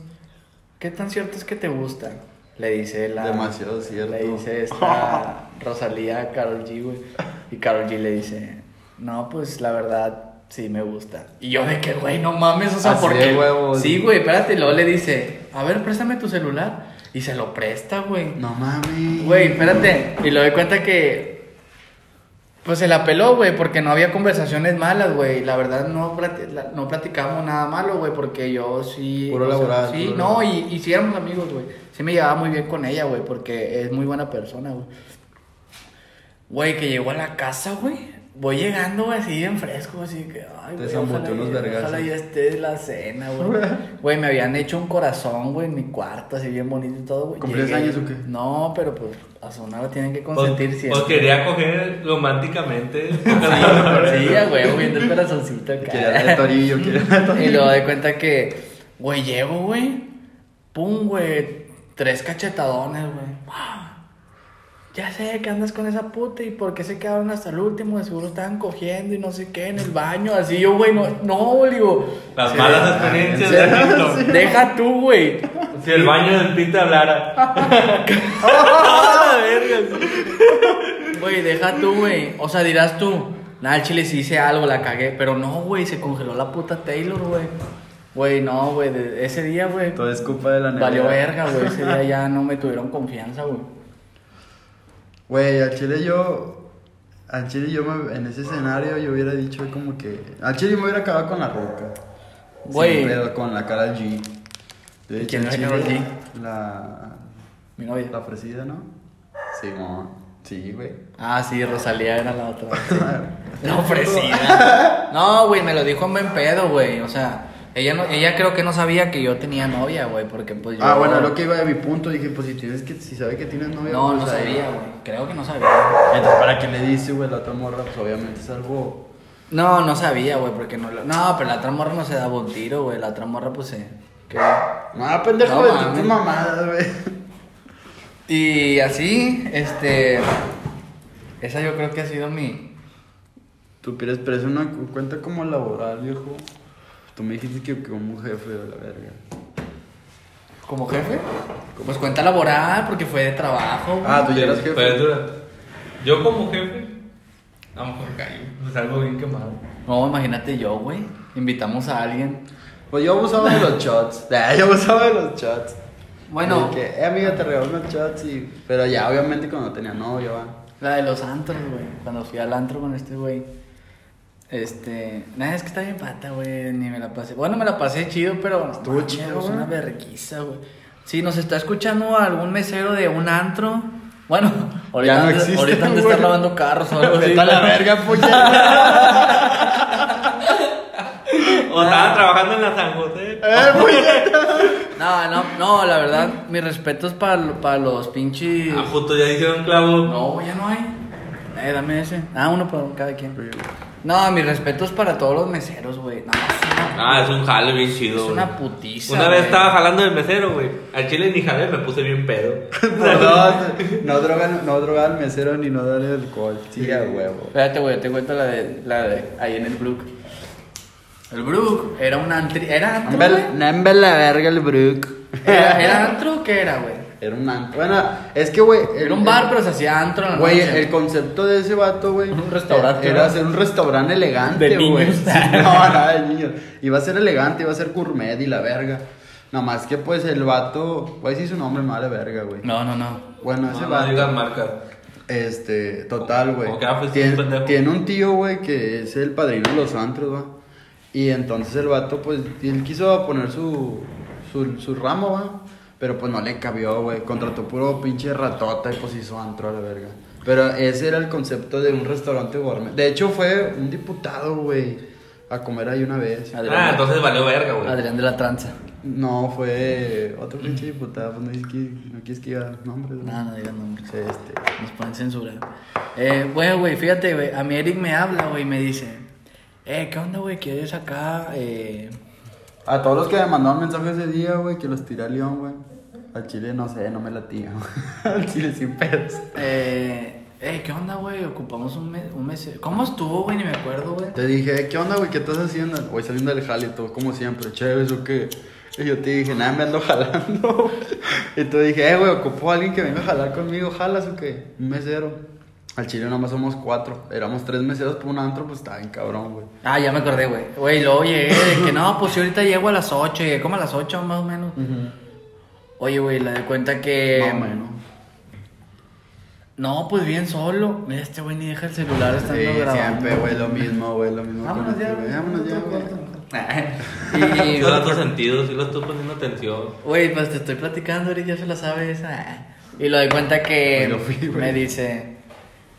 [SPEAKER 1] ¿Qué tan cierto es que te gusta? Le dice la.
[SPEAKER 3] Demasiado cierto.
[SPEAKER 1] Le dice esta Rosalía a Carol G, güey. Y Carol G le dice: No, pues la verdad. Sí, me gusta. Y yo de que, güey, no mames, o sea,
[SPEAKER 3] Así
[SPEAKER 1] porque...
[SPEAKER 3] de huevos.
[SPEAKER 1] Sí, güey, espérate, y luego le dice, a ver, préstame tu celular. Y se lo presta, güey.
[SPEAKER 3] No mames.
[SPEAKER 1] Güey, espérate. Y lo doy cuenta que. Pues se la peló, güey, porque no había conversaciones malas, güey. La verdad, no, plati- la- no platicábamos nada malo, güey, porque yo sí.
[SPEAKER 3] Puro
[SPEAKER 1] o sea,
[SPEAKER 3] laboral,
[SPEAKER 1] Sí,
[SPEAKER 3] puro
[SPEAKER 1] no,
[SPEAKER 3] laboral.
[SPEAKER 1] y, y sí éramos amigos, güey. Sí me llevaba muy bien con ella, güey, porque es muy buena persona, güey. Güey, que llegó a la casa, güey. Voy llegando, güey, así bien fresco, así que. Ay,
[SPEAKER 3] Te
[SPEAKER 1] güey,
[SPEAKER 3] zambuteó
[SPEAKER 1] ojalá
[SPEAKER 3] unos
[SPEAKER 1] ya-
[SPEAKER 3] vergazos.
[SPEAKER 1] Ojalá ya esté la cena, güey. Güey, me habían hecho un corazón, güey, en mi cuarto, así bien bonito y todo, güey.
[SPEAKER 3] ¿Cumplías
[SPEAKER 1] Llegué-
[SPEAKER 3] años o qué?
[SPEAKER 1] no, pero pues a su una lo tienen que
[SPEAKER 2] Os,
[SPEAKER 1] consentir siempre.
[SPEAKER 2] os quería coger románticamente.
[SPEAKER 1] Sí, a huevo, viendo el corazoncito acá.
[SPEAKER 3] Quería la de Torillo, quería la de
[SPEAKER 1] Y
[SPEAKER 3] Torillo.
[SPEAKER 1] luego de cuenta que, güey, llego, güey. Pum, güey. Tres cachetadones, güey. Ah, Ya sé que andas con esa puta y por qué se quedaron hasta el último. De seguro estaban cogiendo y no sé qué en el baño. Así yo, güey, no, no, le digo.
[SPEAKER 2] Las
[SPEAKER 1] se-
[SPEAKER 2] malas
[SPEAKER 3] sí,
[SPEAKER 2] experiencias
[SPEAKER 3] sí,
[SPEAKER 2] de Egipto.
[SPEAKER 1] Deja tú, güey.
[SPEAKER 2] Si el baño del pita hablara.
[SPEAKER 1] Güey, deja tú, güey. O sea, dirás tú, nada, el chile sí hice algo, la cagué. Pero no, güey, se congeló la puta Taylor, güey. Güey, no, güey, de- ese día, güey.
[SPEAKER 3] Todo es culpa de la nevera.
[SPEAKER 1] Valió verga, güey. Ese día ya no me tuvieron confianza, güey.
[SPEAKER 3] Güey, al chile yo. Al chile yo me- en ese escenario yo hubiera dicho como que. Al chile yo me hubiera acabado con la roca.
[SPEAKER 1] Güey.
[SPEAKER 3] Pero con la cara G. Yo he dicho,
[SPEAKER 1] ¿Quién
[SPEAKER 3] al
[SPEAKER 1] es
[SPEAKER 3] chile,
[SPEAKER 1] Karol G?
[SPEAKER 3] La.
[SPEAKER 1] Mi novia.
[SPEAKER 3] La ofrecida, ¿no? Sí, mamá. Sí, güey.
[SPEAKER 1] Ah, sí, Rosalía era la otra. La ofrecida. No, güey, me lo dijo en buen pedo, güey. O sea, ella no, ella creo que no sabía que yo tenía novia, güey, porque pues yo.
[SPEAKER 3] Ah, bueno, lo que iba de mi punto, dije, pues si tienes que, si sabe que tienes novia,
[SPEAKER 1] No,
[SPEAKER 3] pues,
[SPEAKER 1] no
[SPEAKER 3] ahí.
[SPEAKER 1] sabía, güey. Creo que no sabía.
[SPEAKER 3] Entonces, ¿para qué le dice, güey, la otra morra? Pues obviamente es algo
[SPEAKER 1] No, no sabía, güey, porque no lo... No, pero la otra morra no se daba un tiro, güey. La otra morra, pues, se... que-
[SPEAKER 3] No, Ah, pendejo,
[SPEAKER 1] No,
[SPEAKER 3] de tu-
[SPEAKER 1] mames.
[SPEAKER 3] tu mamada, güey.
[SPEAKER 1] Y así, este... Esa yo creo que ha sido mi...
[SPEAKER 3] Tú quieres, pero es una cu- cuenta como laboral, viejo. Tú me dijiste que como jefe de la verga.
[SPEAKER 1] ¿Como jefe? Pues cuenta laboral, porque fue de trabajo, güey.
[SPEAKER 3] Ah, tú ya eras jefe.
[SPEAKER 2] Pero es pues, dura. Yo como jefe, a lo mejor caigo, me salgo bien quemado.
[SPEAKER 1] No, imagínate yo, güey. Invitamos a alguien.
[SPEAKER 3] Pues yo abusaba de los shots. Ah, Yo abusaba de los shots.
[SPEAKER 1] Bueno,
[SPEAKER 3] De que, eh, amiga, te regaló unos shots y... Pero ya, obviamente, cuando tenía novio, va.
[SPEAKER 1] la de los antros, güey. Cuando fui al antro con este güey. Este. Nada, es que está bien pata, güey. Ni me la pasé. Bueno, me la pasé chido, pero.
[SPEAKER 3] Estuvo
[SPEAKER 1] Mames,
[SPEAKER 3] chido,
[SPEAKER 1] Es
[SPEAKER 3] güey.
[SPEAKER 1] una verguiza, güey. Si nos está escuchando algún mesero de un antro. Bueno, ahorita,
[SPEAKER 3] no
[SPEAKER 1] han de-
[SPEAKER 3] existe,
[SPEAKER 1] ahorita han de
[SPEAKER 3] güey.
[SPEAKER 1] estar lavando carros o algo así.
[SPEAKER 3] Vete a la
[SPEAKER 1] pero-
[SPEAKER 3] verga, puñal.
[SPEAKER 1] Ah.
[SPEAKER 2] O estaba trabajando en la San José.
[SPEAKER 3] eh, puñal.
[SPEAKER 1] No, no, no, la verdad, mis respetos para, para los pinches.
[SPEAKER 2] Ah, puto, ya hicieron clavo.
[SPEAKER 1] No, ya no hay. Eh, dame ese. Ah, uno para cada quien. No, mis respetos para todos los meseros, güey. No, es una,
[SPEAKER 2] Ah, es un jale bien chido.
[SPEAKER 1] es
[SPEAKER 2] güey.
[SPEAKER 1] una putiza.
[SPEAKER 2] Una vez
[SPEAKER 1] güey.
[SPEAKER 2] estaba jalando el mesero, güey. Al chile ni jalé, me puse bien pedo.
[SPEAKER 3] No, no drogan, no drogan al mesero ni no darle alcohol. Sí, a huevo.
[SPEAKER 1] Espérate, güey, te cuento la de, la de ahí en el Brook. El Brook era un antri. ¿Era antro? güey?
[SPEAKER 3] No en la verga el Brook.
[SPEAKER 1] ¿Era, ¿Era antro o qué era, güey?
[SPEAKER 3] Era un antro. Bueno, es que, güey. el-
[SPEAKER 1] Era un bar, pero se hacía antro. en la
[SPEAKER 3] Güey,
[SPEAKER 1] noche.
[SPEAKER 3] el concepto de ese vato, güey.
[SPEAKER 1] Un restaurante,
[SPEAKER 3] Era
[SPEAKER 1] ¿no?
[SPEAKER 3] hacer un restaurante elegante,
[SPEAKER 1] De
[SPEAKER 3] güey.
[SPEAKER 1] niños.
[SPEAKER 3] Sí, no, nada de niños. Iba a ser elegante, iba a ser gourmet y la verga. Nada más que, pues, el vato. Güey, sí, su nombre mala verga, güey.
[SPEAKER 1] No, no, no.
[SPEAKER 3] Bueno, ese
[SPEAKER 2] No, no
[SPEAKER 3] vato.
[SPEAKER 2] digas marcas.
[SPEAKER 3] Este, total, güey.
[SPEAKER 2] Como que, ah, pues,
[SPEAKER 3] Tien-
[SPEAKER 2] un pendejo.
[SPEAKER 3] tiene, un tío, güey, que es el padrino de los antros, va. Y entonces el vato, pues, él quiso poner su, su, su ramo, va. Pero pues no le cabió, güey. Contrató puro pinche ratota y pues hizo antro a la verga. Pero ese era el concepto de un restaurante gourmet. De hecho, fue un diputado, güey, a comer ahí una vez.
[SPEAKER 1] Adrián,
[SPEAKER 2] Ah, entonces valió verga, güey.
[SPEAKER 1] Adrián de la Tranza.
[SPEAKER 3] No, fue otro pinche diputado. Pues no quieres que, no quieres que diga nombres, güey.
[SPEAKER 1] No, no digas nombres.
[SPEAKER 3] Sí, este.
[SPEAKER 1] Nos pueden censurar. Eh, bueno, güey, fíjate, güey. A mí Eric me habla, güey, y me dice: Eh, ¿qué onda, güey? ¿Quieres acá? Eh.
[SPEAKER 3] A todos los que me mandaron mensajes ese día, güey, que los tiré a León, güey. Al Chile no sé, no me latía, güey. Al Chile sin pedos.
[SPEAKER 1] Eh, eh, ¿qué onda, güey? Ocupamos un mes, un mes. ¿Cómo estuvo, güey? Ni me acuerdo, güey.
[SPEAKER 3] Te dije, ¿qué onda, güey? ¿Qué estás haciendo? Güey, saliendo del jale y todo, como siempre, chévere, ¿eso qué? Y yo te dije, nada, me ando jalando. y tú dije, eh, güey, ocupo a alguien que venga a jalar conmigo, ¿jalas o qué? Un mesero. Al Chile nomás somos cuatro. Éramos tres meseros por un antro, pues está bien cabrón, güey.
[SPEAKER 1] Ah, ya me acordé, güey. Güey, luego llegué de que no, pues yo ahorita llego a las 8, llegué como a las 8 más o menos. Oye, güey, la de cuenta que.
[SPEAKER 3] no, güey, no.
[SPEAKER 1] No, pues bien solo. Mira, este güey ni deja el celular estando
[SPEAKER 3] Sí,
[SPEAKER 1] grabando.
[SPEAKER 3] siempre, güey, lo mismo, güey, lo mismo. con
[SPEAKER 1] Vámonos
[SPEAKER 3] este,
[SPEAKER 1] ya,
[SPEAKER 3] güey.
[SPEAKER 1] güey.
[SPEAKER 3] Vámonos ya,
[SPEAKER 1] Otro
[SPEAKER 3] güey. Ah.
[SPEAKER 1] cuarto.
[SPEAKER 2] Sí,
[SPEAKER 1] Y,
[SPEAKER 2] yo los otros sentidos, sí lo estoy poniendo atención.
[SPEAKER 1] Güey, pues te estoy platicando, Eric, ya se la sabes. ah. Y lo doy cuenta que
[SPEAKER 3] Pues lo fui, güey.
[SPEAKER 1] me dice,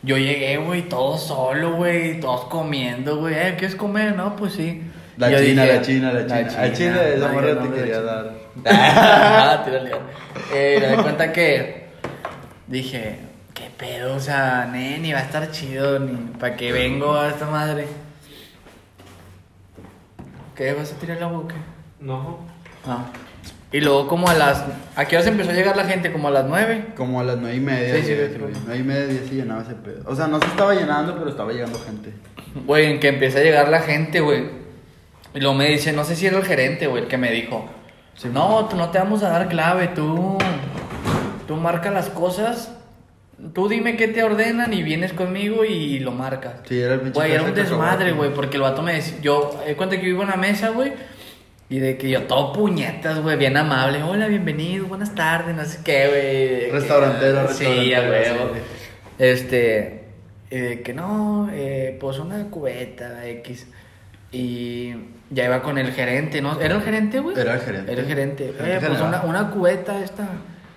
[SPEAKER 1] yo llegué, güey, todo solo, güey, todos comiendo, güey. Eh, ¿Quieres comer? No, pues sí.
[SPEAKER 3] La
[SPEAKER 1] Y yo
[SPEAKER 3] china,
[SPEAKER 1] dije,
[SPEAKER 3] la china, la china, la china. de esa
[SPEAKER 1] Ay,
[SPEAKER 3] morra
[SPEAKER 1] no,
[SPEAKER 3] te
[SPEAKER 1] la
[SPEAKER 3] quería
[SPEAKER 1] china.
[SPEAKER 3] dar.
[SPEAKER 1] Ah, tírale. Eh, me doy cuenta que dije, qué pedo, o sea, ne, ni va a estar chido, ni para qué vengo a esta madre. ¿Qué? ¿Vas a tirar la boca?
[SPEAKER 2] No.
[SPEAKER 1] Ah. Y luego como a las... ¿A qué hora se empezó a llegar la gente? ¿Como a las nueve?
[SPEAKER 3] Como a las nueve y media.
[SPEAKER 1] Sí, sí,
[SPEAKER 3] diez,
[SPEAKER 1] sí,
[SPEAKER 3] güey.
[SPEAKER 1] sí.
[SPEAKER 3] Nueve y media diez, se llenaba ese pedo. O sea, no se estaba llenando, pero estaba llegando gente.
[SPEAKER 1] Güey, en que empieza a llegar la gente, güey. Y luego me dice, no sé si era el gerente, güey, el que me dijo. no, tú no te vamos a dar clave, tú... Tú marca las cosas, tú dime qué te ordenan y vienes conmigo y lo marcas.
[SPEAKER 3] Sí, era el pinche
[SPEAKER 1] Güey, era un
[SPEAKER 3] jefe que
[SPEAKER 1] desmadre,
[SPEAKER 3] acabó.
[SPEAKER 1] güey, porque el vato me decía, yo, eh, cuenta que yo iba a una mesa, güey, y de que yo todo puñetas, güey, bien amable, hola, bienvenido, buenas tardes, no sé qué, güey. de que-
[SPEAKER 3] Restaurantero,
[SPEAKER 1] Sí, a
[SPEAKER 3] restaurantero,
[SPEAKER 1] huevo.
[SPEAKER 3] sí.
[SPEAKER 1] Este, y de que no, eh, pues una cubeta X. Y ya iba con el gerente, ¿no? ¿Era el gerente, güey?
[SPEAKER 3] Era el gerente.
[SPEAKER 1] Era el gerente.
[SPEAKER 3] Gerente
[SPEAKER 1] Eh, pues
[SPEAKER 3] general.
[SPEAKER 1] una, una cubeta esta.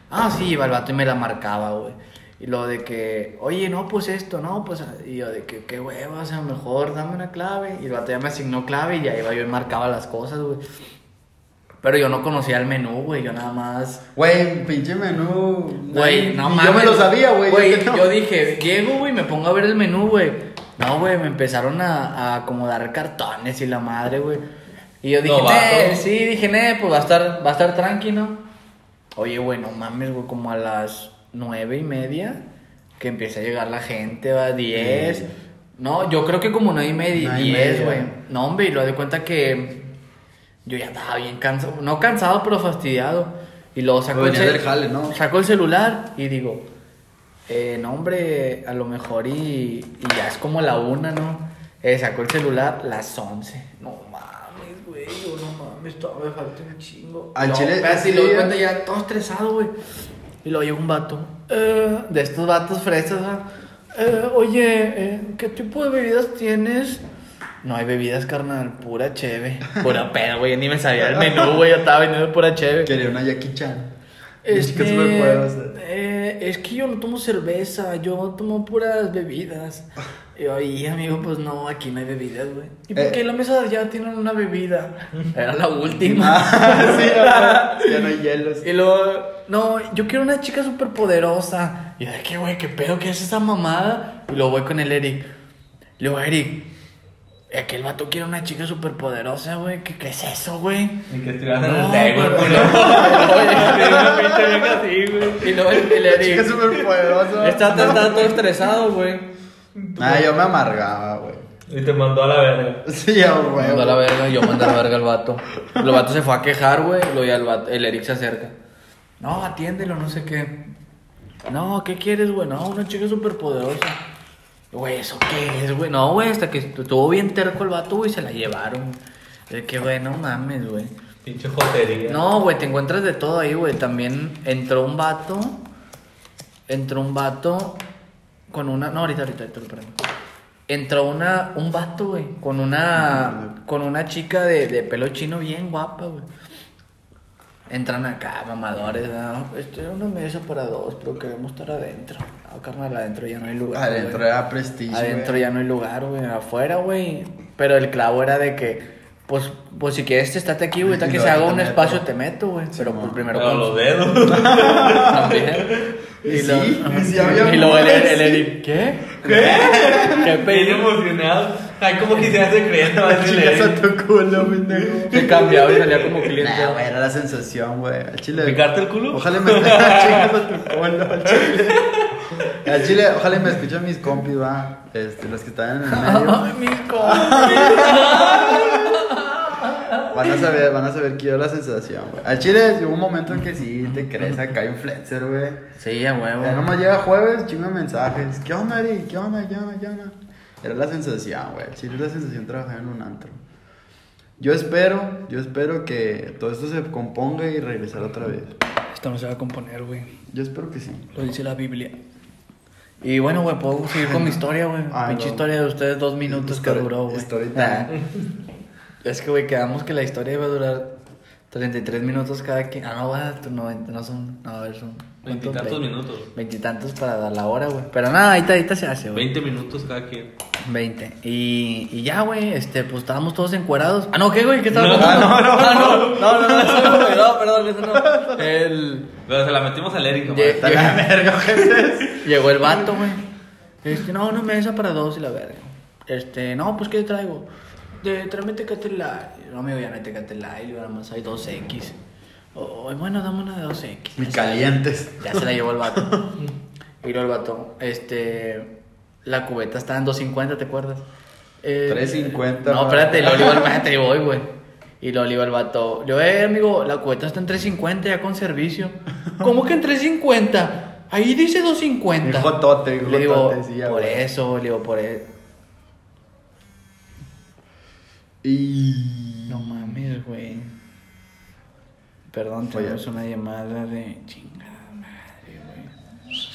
[SPEAKER 1] Ah, sí, iba el vato y me la marcaba, güey. Y lo de que, oye, no, pues esto, no, pues. Y yo de que, qué hueva, o sea, mejor dame una clave. Y el vato ya me asignó clave y ya iba yo y marcaba las cosas, güey. Pero yo no conocía el menú, güey, yo nada más.
[SPEAKER 3] Güey, pinche menú.
[SPEAKER 1] Güey, no
[SPEAKER 3] Y
[SPEAKER 1] mames.
[SPEAKER 3] Yo me lo sabía, güey.
[SPEAKER 1] Güey,
[SPEAKER 3] que no.
[SPEAKER 1] yo dije, llego, güey, me pongo a ver el menú, güey. No, güey, me empezaron a, a acomodar cartones y la madre, güey. Y yo dije,
[SPEAKER 2] Novato.
[SPEAKER 1] "Nee", sí, dije, "Nee, pues va a estar, va a estar tranqui, ¿no? Oye, güey, no mames, güey, como a las nueve y media que empieza a llegar la gente, va, diez. No, yo creo que como nueve y media,
[SPEAKER 3] Nueve y
[SPEAKER 1] diez,
[SPEAKER 3] media.
[SPEAKER 1] güey. No, hombre, y lo de cuenta que yo ya estaba bien cansado, no cansado, pero fastidiado. Y luego sacó
[SPEAKER 3] Venía
[SPEAKER 1] cel-
[SPEAKER 3] del jale, ¿no?
[SPEAKER 1] Sacó el celular y digo, eh, no, hombre, a lo mejor y, y ya es como la una, ¿no? Eh, sacó el celular las once. No mames, güey, yo no mames, todavía me falta un chingo.
[SPEAKER 3] Al
[SPEAKER 1] No,
[SPEAKER 3] chile,
[SPEAKER 1] espérate, y
[SPEAKER 3] sí,
[SPEAKER 1] luego
[SPEAKER 3] ya.
[SPEAKER 1] cuenta ya todo estresado, güey. Y luego llega un vato, eh, de estos vatos fresas, ¿verdad? Eh, oye, eh, ¿qué tipo de bebidas tienes? No hay bebidas, carnal, pura cheve. Pura pedo, güey, ni me sabía el menú, güey, yo estaba vendiendo pura cheve.
[SPEAKER 3] Quería una Jackie Chan. Es
[SPEAKER 1] Este,
[SPEAKER 3] que se me puede hacer.
[SPEAKER 1] eh, es que yo no tomo cerveza, yo tomo puras bebidas. Y yo, "Y, amigo, pues no, aquí no hay bebidas, güey. ¿Y por
[SPEAKER 3] Eh.
[SPEAKER 1] qué la mesa de allá tienen una bebida? Era la última.
[SPEAKER 3] Ah, sí, no, güey, ya no hay hielos.
[SPEAKER 1] y luego, no, yo quiero una chica súper poderosa. Y yo, "Ay, qué güey, qué pedo, qué es esa mamada. Y luego voy con el Eric. Le digo, Eric, aquel vato quiere una chica súper poderosa, güey. ¿Qué, ¿Qué es eso, güey?
[SPEAKER 2] Ni que estuvieras en
[SPEAKER 1] No,
[SPEAKER 2] el Tiger,
[SPEAKER 1] güey.
[SPEAKER 2] culo. Tiene una pinche vieja así, güey.
[SPEAKER 1] Y luego el, el
[SPEAKER 3] La chica
[SPEAKER 1] Eric.
[SPEAKER 3] es súper poderosa.
[SPEAKER 1] Está, está todo estresado, güey.
[SPEAKER 3] Ah, yo me amargaba, güey.
[SPEAKER 2] Y te mandó a la verga.
[SPEAKER 3] Sí, a
[SPEAKER 1] Mandó a la
[SPEAKER 3] huevo.
[SPEAKER 1] verga, yo mandé a la verga al vato. El vato se fue a quejar, güey. Lo el, vato- el Eric se acerca. No, atiéndelo, no sé qué. No, ¿qué quieres, güey? No, una chica súper poderosa. Güey, ¿eso qué es, güey? No, güey, hasta que estuvo bien terco el vato, güey, se la llevaron. Es que, güey, no mames, güey.
[SPEAKER 2] Pinche jotería.
[SPEAKER 1] No, güey, te encuentras de todo ahí, güey. También entró un vato. Entró un vato con una. No, ahorita, ahorita, ahorita, perdón. Entró una, un vato, güey, con una. Con una chica de, de pelo chino bien guapa, güey. Entran acá, mamadores, ¿no? Este es una mesa para dos, pero queremos estar adentro. Ah, carnal, adentro ya no hay lugar.
[SPEAKER 3] Adentro
[SPEAKER 1] güey.
[SPEAKER 3] era prestigio.
[SPEAKER 1] Adentro
[SPEAKER 3] güey.
[SPEAKER 1] ya no hay lugar, güey. Afuera, güey. Pero el clavo era de que, pues, pues si quieres, estate aquí, güey. Hasta
[SPEAKER 3] Y
[SPEAKER 1] que
[SPEAKER 3] luego
[SPEAKER 1] se haga
[SPEAKER 3] te
[SPEAKER 1] un
[SPEAKER 3] meto.
[SPEAKER 1] espacio, te meto, güey. Pero
[SPEAKER 3] mo.
[SPEAKER 1] pues primero
[SPEAKER 2] Pero
[SPEAKER 1] con-
[SPEAKER 2] los dedos.
[SPEAKER 1] también.
[SPEAKER 3] Y sí, y sí había
[SPEAKER 1] y luego el, el,
[SPEAKER 3] mujeres,
[SPEAKER 1] el
[SPEAKER 3] sí.
[SPEAKER 1] Eric, ¿qué?
[SPEAKER 2] ¿Qué?
[SPEAKER 1] ¿Qué
[SPEAKER 2] Bien
[SPEAKER 1] pedo?
[SPEAKER 2] emocionado. Ay, como que se hace creyente. va a
[SPEAKER 3] La
[SPEAKER 2] decirle,
[SPEAKER 3] chica es a tu culo, pendejo.
[SPEAKER 1] Se cambiaba y salía como cliente.
[SPEAKER 3] Nah, güey, era la sensación, güey. Al chile.
[SPEAKER 2] ¿Picarte el culo?
[SPEAKER 3] Ojalá me chicas a tu culo, al chile. Al chile, ojalá y me escuchen mis compis, va. Este, los que están en el medio.
[SPEAKER 1] Ay, mi compa.
[SPEAKER 3] Van a saber, van a saber que yo la sensación, güey. Al chile, hubo un momento en que sí te crees acá influencer, güey.
[SPEAKER 1] Sí, a huevo.
[SPEAKER 3] Ya nomás llega jueves, chingo de mensajes. ¿Qué onda, Ari? ¿Qué onda? ¿Qué onda? ¿Qué onda? Era la sensación, güey. Sí, era la sensación trabajar en un antro. Yo espero, yo espero que todo esto se componga y regresar otra vez.
[SPEAKER 1] Esto no se va a componer, güey.
[SPEAKER 3] Yo espero que sí.
[SPEAKER 1] Lo dice la Biblia. Y bueno, güey, puedo seguir con mi historia, güey.
[SPEAKER 3] Ah,
[SPEAKER 1] Pinche
[SPEAKER 3] no.
[SPEAKER 1] historia de ustedes dos minutos que
[SPEAKER 3] Story-
[SPEAKER 1] duró, güey.
[SPEAKER 3] story
[SPEAKER 1] Ah.
[SPEAKER 3] time.
[SPEAKER 1] Es que, güey, quedamos que la historia iba a durar 33 minutos cada quien. Ah, no, va, tú no, no son. No, a ver, son. ¿cuánto?
[SPEAKER 2] Veintitantos
[SPEAKER 1] Ve-
[SPEAKER 2] minutos.
[SPEAKER 1] Veintitantos para dar la hora, güey. Pero nada, ahorita, ahorita se hace, güey.
[SPEAKER 2] 20 minutos cada quien.
[SPEAKER 1] 20. Y, y ya, güey, este, pues estábamos todos encuerados. Ah, no, ¿qué, güey? ¿Qué estaba
[SPEAKER 2] No,
[SPEAKER 1] contando?
[SPEAKER 2] no, no.
[SPEAKER 1] Ah, no, no, no, no, eso no, güey, no, perdón, eso no. El.
[SPEAKER 2] Pero se la metimos al Eric, nomás.
[SPEAKER 1] Ye-
[SPEAKER 3] Está la verga, pues. gente.
[SPEAKER 1] Llegó el vato, güey. Este, no, una mesa para dos y la verga. Este, no, pues ¿qué traigo? De, tráeme Tecate Light. No, amigo, ya no hay Tecate Light, nada más hay 2X. Oh, bueno, dame una de 2X.
[SPEAKER 3] Mis calientes.
[SPEAKER 1] Ya se la llevó el vato. Y luego el vato, este, la cubeta estaba en 250, ¿te acuerdas? Eh,
[SPEAKER 3] 3.50,
[SPEAKER 1] No,
[SPEAKER 3] va.
[SPEAKER 1] espérate, lo olivo al maestro y voy, güey. Y lo olivo al vato. Yo, eh, amigo, la cubeta está en 350 ya con servicio. ¿Cómo que en 350? Ahí dice 250.
[SPEAKER 3] Dijo tote, dijo
[SPEAKER 1] Le digo,
[SPEAKER 3] tote, sí, ya,
[SPEAKER 1] por
[SPEAKER 3] güey.
[SPEAKER 1] eso, le digo, por e-". eso.
[SPEAKER 3] Y.
[SPEAKER 1] No mames, güey. Perdón,
[SPEAKER 3] Oye.
[SPEAKER 1] tenemos una llamada de chingada madre, güey.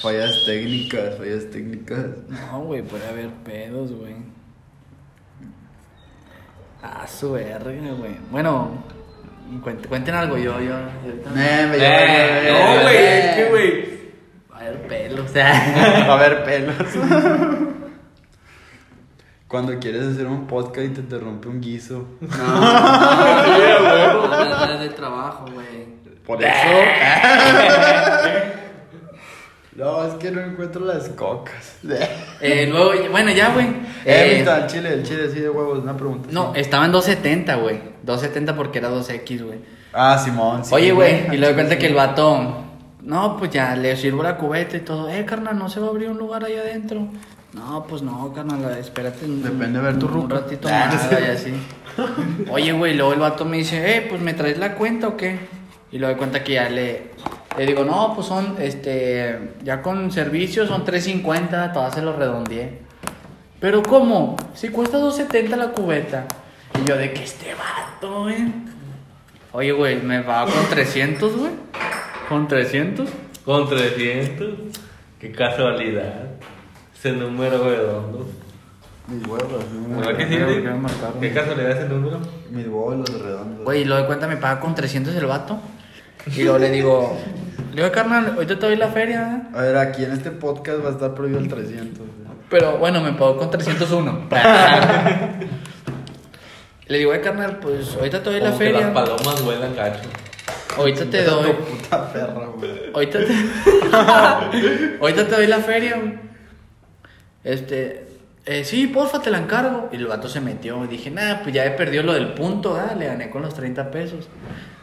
[SPEAKER 3] Fallas técnicas, fallas técnicas.
[SPEAKER 1] No, güey, puede haber pedos, güey. Ah, su verga, güey. Bueno, cuent- cuenten algo yo, yo. yo
[SPEAKER 3] Eh, me
[SPEAKER 2] Eh,
[SPEAKER 3] llevo-
[SPEAKER 2] no, güey, es que, güey.
[SPEAKER 1] Va a haber pelos, o sea.
[SPEAKER 3] Va a haber pelos. Cuando quieres hacer un podcast y te interrumpe un guiso.
[SPEAKER 1] de trabajo, güey.
[SPEAKER 3] Por eso. No, es que no encuentro las cocas.
[SPEAKER 1] Eh, luego, bueno, ya, güey.
[SPEAKER 3] Eh,
[SPEAKER 1] Eh,
[SPEAKER 3] ahorita, el chile, el chile, sí, de huevos, una pregunta.
[SPEAKER 1] no, eh, estaba en 270, güey. 270 porque era 2X, güey.
[SPEAKER 3] Ah, Simón, sí.
[SPEAKER 1] Oye, güey, y le doy cuenta que el vato. No, pues ya le sirvo la cubeta y todo. Eh, carnal, no se va a abrir un lugar ahí adentro. No, pues no, carnal, espérate. un-
[SPEAKER 3] Depende de ver tu
[SPEAKER 1] un-
[SPEAKER 3] ruca.
[SPEAKER 1] Un ratito
[SPEAKER 3] Ah,
[SPEAKER 1] más
[SPEAKER 3] no sé.
[SPEAKER 1] y así. Oye, güey, luego el vato me dice, eh, pues me traes la cuenta o qué. Y le doy cuenta que ya le. Le digo, no, pues son, este. Ya con servicio son 3.50, todavía se lo redondeé. Pero ¿cómo? Si cuesta 2.70 la cubeta. Y yo de que este vato, eh. Oye, güey, me va con 300, güey. Con 300.
[SPEAKER 2] Con 300. Qué casualidad. Ese número redondo.
[SPEAKER 3] Mis huevos, sí,
[SPEAKER 2] ¿Verdad que sí?
[SPEAKER 1] Mira,
[SPEAKER 2] Dave?
[SPEAKER 1] porque me marcaron.
[SPEAKER 2] Qué casualidad ese número.
[SPEAKER 3] Mis huevos los redondos.
[SPEAKER 1] Güey, y luego de cuenta me paga con 300 el vato. Y luego le digo, le digo, carnal, ahorita te doy la feria. ¿eh?".
[SPEAKER 3] A ver, aquí en este podcast va a estar prohibido el 300. güey.
[SPEAKER 1] Pero bueno, me pagó con 301. le digo, eh, carnal, pues ahorita te doy la
[SPEAKER 2] Como que
[SPEAKER 1] feria.
[SPEAKER 2] las palomas vuelan gacho.
[SPEAKER 1] Ahorita te doy.
[SPEAKER 3] Puta perra, güey.
[SPEAKER 1] Ahorita te... Ahorita te doy la feria, güey. Este... eh, sí, porfa, te la encargo. Y el vato se metió. Y dije, nada, pues ya he perdido lo del punto, ah, le gané con los 30 pesos.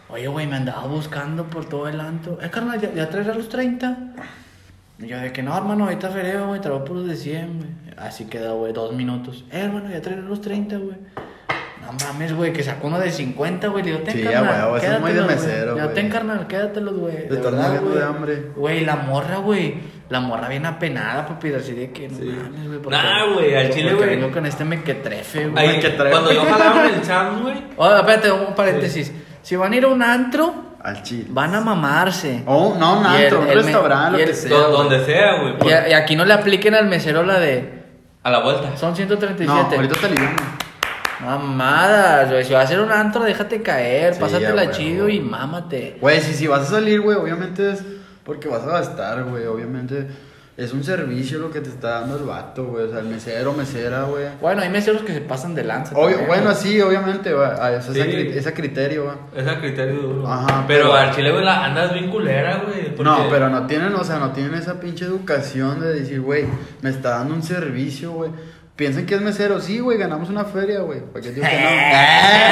[SPEAKER 1] Oye, güey, me andaba buscando por todo el anto. Eh, carnal, ¿ya, ya traes a los 30? Y yo de que no, hermano, ahorita fereo, güey, traigo puros de 100, güey. Así queda, güey, dos minutos. Eh, hermano, ya traes a los 30, güey. No mames, güey, que sacó uno de 50, güey. Le digo, ten,
[SPEAKER 3] Sí, a
[SPEAKER 1] carnal,
[SPEAKER 3] huevo, eso es muy de
[SPEAKER 1] quédatelos, güey.
[SPEAKER 3] mesero,
[SPEAKER 1] Ya,
[SPEAKER 3] güey.
[SPEAKER 1] ten, carnal, quédatelos, güey.
[SPEAKER 3] Te
[SPEAKER 1] De
[SPEAKER 3] estás
[SPEAKER 1] verdad,
[SPEAKER 3] muriendo
[SPEAKER 1] güey.
[SPEAKER 3] de hambre.
[SPEAKER 1] Güey, la morra, güey. La morra bien apenada, papi, así de que no mames, güey. ¿por
[SPEAKER 2] Nah,
[SPEAKER 1] qué-
[SPEAKER 2] güey, al
[SPEAKER 1] por
[SPEAKER 2] chile,
[SPEAKER 1] qué
[SPEAKER 2] güey.
[SPEAKER 1] Vengo con este mequetrefe, güey.
[SPEAKER 2] Ahí,
[SPEAKER 3] que trae-
[SPEAKER 2] cuando yo jalaba en el chat, güey.
[SPEAKER 1] Oh, espérate, un paréntesis. Si van a ir a un antro,
[SPEAKER 3] Al chile.
[SPEAKER 1] van a mamarse.
[SPEAKER 3] Oh, no, un
[SPEAKER 1] Y el-
[SPEAKER 3] antro, un
[SPEAKER 1] el me-
[SPEAKER 3] restaurante,
[SPEAKER 1] y el-
[SPEAKER 3] lo que sea.
[SPEAKER 2] do-
[SPEAKER 3] güey.
[SPEAKER 2] Donde sea, güey.
[SPEAKER 1] Y,
[SPEAKER 2] por-
[SPEAKER 1] a- y aquí no le apliquen al mesero la de.
[SPEAKER 2] A la vuelta.
[SPEAKER 1] Son
[SPEAKER 3] No,
[SPEAKER 1] 137.
[SPEAKER 3] ahorita está liviano.
[SPEAKER 1] Mamadas, güey. Si vas a hacer un antro, déjate caer.
[SPEAKER 3] Sí,
[SPEAKER 1] pásatela
[SPEAKER 3] a huevo.
[SPEAKER 1] chido y mámate.
[SPEAKER 3] Güey, si, si vas a salir, güey, obviamente es porque vas a gastar, güey. Obviamente es un servicio lo que te está dando el vato, güey. O sea, el mesero, mesera, güey.
[SPEAKER 1] Bueno, hay meseros que se pasan de lanza.
[SPEAKER 3] Obvio-
[SPEAKER 1] también,
[SPEAKER 3] bueno,
[SPEAKER 1] güey.
[SPEAKER 3] sí, obviamente, güey. Ah, o sea,
[SPEAKER 2] Sí.
[SPEAKER 3] esa cri- esa criterio, güey.
[SPEAKER 2] Es a criterio duro.
[SPEAKER 3] Ajá,
[SPEAKER 2] Pero,
[SPEAKER 3] pero-
[SPEAKER 2] al chile, güey, la andas bien culera, güey. porque-
[SPEAKER 3] No, pero no tienen, o sea, no tienen esa pinche educación de decir, güey, me está dando un servicio, güey. Piensan que es mesero, sí, güey, ganamos una feria, güey. ¿Para qué digo que
[SPEAKER 1] Eh.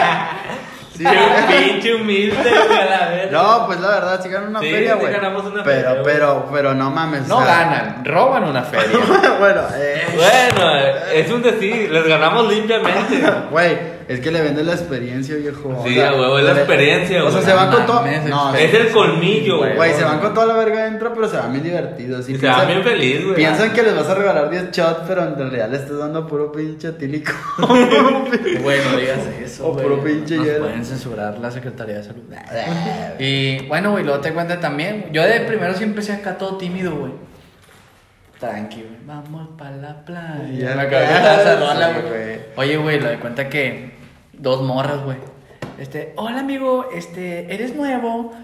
[SPEAKER 3] no?
[SPEAKER 2] Qué
[SPEAKER 3] sí, güey.
[SPEAKER 2] pinche humilde, güey, a la verga.
[SPEAKER 3] No, pues la verdad, sí ganan una
[SPEAKER 2] Sí,
[SPEAKER 3] feria,
[SPEAKER 2] sí
[SPEAKER 3] güey.
[SPEAKER 2] ganamos una
[SPEAKER 3] pero,
[SPEAKER 2] feria, güey.
[SPEAKER 3] pero, pero no mames.
[SPEAKER 1] No
[SPEAKER 3] o sea,
[SPEAKER 1] ganan, roban una feria.
[SPEAKER 3] bueno, eh,
[SPEAKER 2] Bueno, es un decir, les ganamos limpiamente.
[SPEAKER 3] güey, es que le venden la experiencia, viejo. o
[SPEAKER 2] Sí,
[SPEAKER 3] sea,
[SPEAKER 2] a huevo, es la
[SPEAKER 3] le-
[SPEAKER 2] experiencia,
[SPEAKER 3] O sea,
[SPEAKER 2] güey.
[SPEAKER 3] se van con todo.
[SPEAKER 1] Mames,
[SPEAKER 3] No,
[SPEAKER 2] Es el colmillo, güey.
[SPEAKER 3] güey, se van con toda la verga adentro, pero se van bien divertidos.
[SPEAKER 2] Y se
[SPEAKER 3] piensan-
[SPEAKER 2] van bien feliz, güey.
[SPEAKER 3] Piensan que les vas a regalar 10 shots, pero en realidad le estás dando puro pinche tílico.
[SPEAKER 1] Güey, no digas eso.
[SPEAKER 3] O
[SPEAKER 1] güey.
[SPEAKER 3] puro pinche
[SPEAKER 1] Nos
[SPEAKER 3] hielo.
[SPEAKER 1] pueden censurar la Secretaría de Salud. Y bueno, güey, luego te cuenta también. Yo de primero siempre empecé acá todo tímido, güey. Tranqui, güey. Vamos para la playa.
[SPEAKER 3] Ya.
[SPEAKER 1] Me acabé de esa rola,
[SPEAKER 3] Sí,
[SPEAKER 1] güey.
[SPEAKER 3] güey.
[SPEAKER 1] Oye, güey, lo de cuenta que dos morras, güey. Este, hola amigo, este, eres nuevo.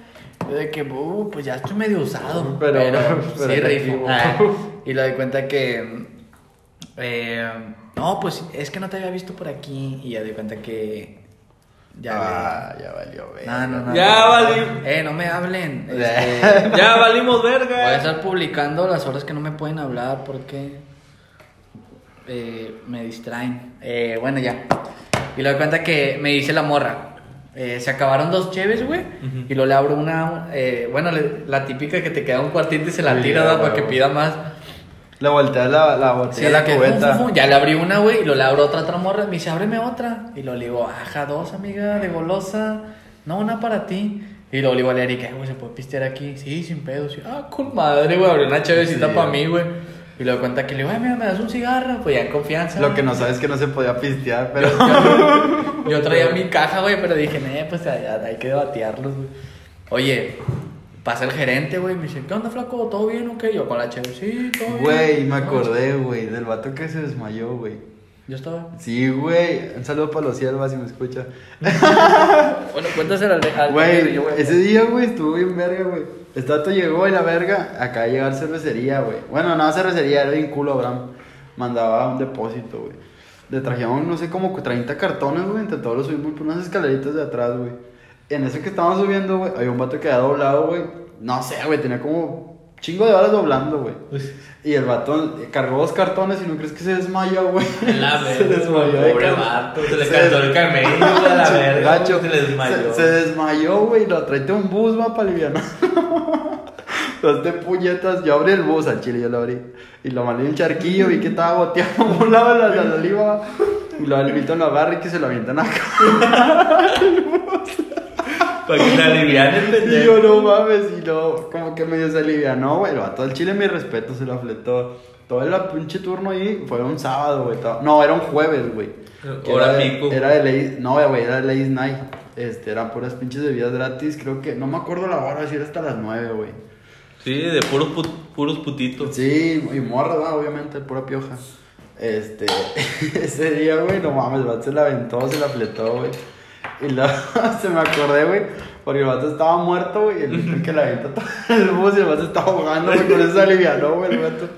[SPEAKER 1] Yo de que, "Uh, pues ya estoy medio usado. Pero,
[SPEAKER 3] Pero-
[SPEAKER 1] sí,
[SPEAKER 3] pero
[SPEAKER 1] rifo.
[SPEAKER 3] activo.
[SPEAKER 1] Ah, y lo de cuenta que eh, no, pues es que no te había visto por aquí y ya di cuenta que ya.
[SPEAKER 3] ah, ya valió, güey.
[SPEAKER 1] ve. No, no, no.
[SPEAKER 2] Ya, vale.
[SPEAKER 1] Eh, no me hablen.
[SPEAKER 3] Eh.
[SPEAKER 1] este, voy
[SPEAKER 2] Ya valimos verga.
[SPEAKER 1] a estar publicando las horas que no me pueden hablar porque eh, me distraen. Eh, bueno, ya. Y le doy cuenta que me dice la morra. eh, se acabaron dos cheves, güey.
[SPEAKER 2] Ujú.
[SPEAKER 1] Y luego le abro una. eh, bueno, le- la típica que te queda un cuartito y se la
[SPEAKER 3] Sí,
[SPEAKER 1] tira
[SPEAKER 3] ya,
[SPEAKER 1] ¿verdad? para que
[SPEAKER 3] huevo.
[SPEAKER 1] pida más.
[SPEAKER 3] Le volteas la, la
[SPEAKER 1] Sí,
[SPEAKER 3] botella a
[SPEAKER 1] la
[SPEAKER 3] la
[SPEAKER 1] que,
[SPEAKER 3] cubeta.
[SPEAKER 1] fu, fu, fu, ya le abrí una, güey, y lo le abro otra otra morra. Me dice, ábreme otra. Y lo le digo, ajá, dos, amiga, de golosa. No, una para ti. Y lo le digo a la Erika, "Eh, güey, ¿se puede pistear aquí? Sí, sin pedo. Sí. Ah, con madre, güey, abrió una chévecita
[SPEAKER 3] Sí,
[SPEAKER 1] para
[SPEAKER 3] güey.
[SPEAKER 1] mí, güey. Y le doy cuenta que le digo, ay, mira, me das un cigarro. Pues ya en confianza.
[SPEAKER 3] Lo que no sabes es que no se podía pistear, pero.
[SPEAKER 1] Yo traía mi caja, güey, pero dije, eh, pues hay, hay que debatearlos, güey. Oye, pasa el gerente, güey, me dice, ¿qué onda, flaco? ¿Todo bien o qué? Yo con la chévere, sí, todo bien.
[SPEAKER 3] Güey, me acordé, güey, del vato que se desmayó, güey.
[SPEAKER 1] Yo estaba.
[SPEAKER 3] Sí, güey. Un saludo para los siervas si me escucha.
[SPEAKER 1] Bueno, cuéntaselo al. al-
[SPEAKER 3] Güey,
[SPEAKER 1] yo voy a-
[SPEAKER 3] ese día, güey, estuvo bien verga, güey. El tato llegó y la verga, acá a llegar cervecería, güey. Bueno, no cervecería, era bien culo, Abraham. Mandaba un depósito, güey. Le trajeron, no sé, como 30 cartones, güey. Entre todos los subimos por unas escaleritas de atrás, güey. En ese que estábamos subiendo, güey, había un vato que había doblado, güey. No sé, güey, tenía como Chingo de horas doblando, güey. Y el batón cargó dos cartones y no crees que se desmayó, güey.
[SPEAKER 2] La
[SPEAKER 3] se
[SPEAKER 2] verga,
[SPEAKER 3] desmayó. de
[SPEAKER 2] pobre
[SPEAKER 3] car-
[SPEAKER 2] vato, se le
[SPEAKER 3] Se
[SPEAKER 2] cantó
[SPEAKER 3] des-
[SPEAKER 2] el camello, a la verga,
[SPEAKER 3] Gacho.
[SPEAKER 2] se le desmayó.
[SPEAKER 3] Se, se desmayó, güey. Lo traete un bus, va, para aliviar. Los de puñetas, yo abrí el bus al chile, yo lo abrí. Y lo mandé un charquillo, vi que estaba goteando por un lado la, la saliva. Y lo alivito lo agarra y que se lo avientan acá.
[SPEAKER 2] Para que se alivian el
[SPEAKER 3] Y yo
[SPEAKER 2] pendejo.
[SPEAKER 3] no mames, y no, como que medio se alivianó, güey. A todo el chile mi respeto se lo fletó. Todo el pinche turno ahí fue un sábado, güey. todo- No, era un jueves, güey. Que
[SPEAKER 2] Hora
[SPEAKER 3] era de-
[SPEAKER 2] pico.
[SPEAKER 3] Era de ley, no, güey, era de ladies night. Este, eran puras pinches bebidas gratis, creo que, no me acuerdo la hora, si era hasta las 9, güey.
[SPEAKER 2] Sí, de puros, put- puros putitos.
[SPEAKER 3] Sí, y morra, va, obviamente, pura pioja. Este, ese día, güey, no mames, el vato se la aventó, se la fletó, güey. Y luego se me acordé, güey, porque el vato estaba muerto, güey, y el que la aventó todo el bus y el vato estaba ahogando, güey, por eso se alivianó, güey, el vato.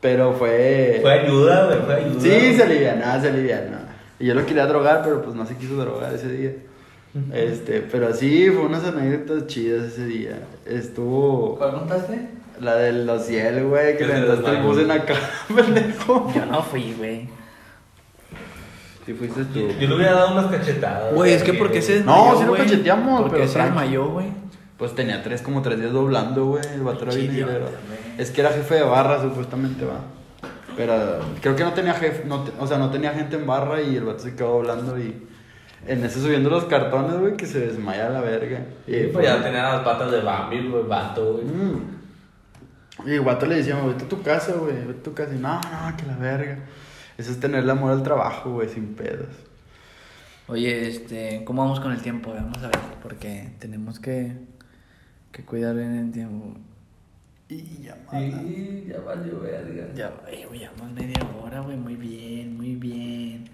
[SPEAKER 3] Pero fue...
[SPEAKER 2] Fue ayuda, güey, fue ayuda.
[SPEAKER 3] Sí, se alivianó, se alivianó. Y yo lo quería drogar, pero pues no se quiso drogar ese día. Este, pero sí, fue unas anécdotas chidas ese día. Estuvo...
[SPEAKER 1] ¿Cuál contaste?
[SPEAKER 3] La de los ciel, güey, que
[SPEAKER 2] Que se
[SPEAKER 3] le entraste el
[SPEAKER 2] desmayó.
[SPEAKER 3] bus en la cara, pendejo.
[SPEAKER 1] Yo no fui, güey.
[SPEAKER 3] Sí, fuiste tú.
[SPEAKER 2] Yo le hubiera dado unas cachetadas.
[SPEAKER 1] Güey, es que porque se
[SPEAKER 3] No,
[SPEAKER 1] desmayó.
[SPEAKER 3] sí lo
[SPEAKER 1] güey?
[SPEAKER 3] cacheteamos,
[SPEAKER 1] ¿Por qué
[SPEAKER 3] pero
[SPEAKER 1] se
[SPEAKER 3] tranqui.
[SPEAKER 1] desmayó, güey.
[SPEAKER 3] Pues tenía tres, como tres días doblando, güey. El vato era bien
[SPEAKER 1] Idiota,
[SPEAKER 3] negro.
[SPEAKER 1] güey.
[SPEAKER 3] Es que era jefe de barra, supuestamente, va. Pero creo que no tenía jefe, no te- o sea, no tenía gente en barra y el vato se quedó doblando y. En eso subiendo los cartones, güey, que se desmaya la verga.
[SPEAKER 2] Sí, pues ya tenía las patas de Bambi, güey, vato, güey.
[SPEAKER 3] Mm. Y el guato le decíamos, vete a tu casa, güey, vete a tu casa. Y no, no, que la verga. Eso es tenerle amor al trabajo, güey, sin pedos.
[SPEAKER 1] Oye, este, ¿cómo vamos con el tiempo? Vamos a ver, porque tenemos que, que cuidar bien el tiempo.
[SPEAKER 3] Y ya,
[SPEAKER 2] Sí, ya valió verga.
[SPEAKER 1] Ya, eh, güey, llevamos media hora, güey, muy bien, muy bien.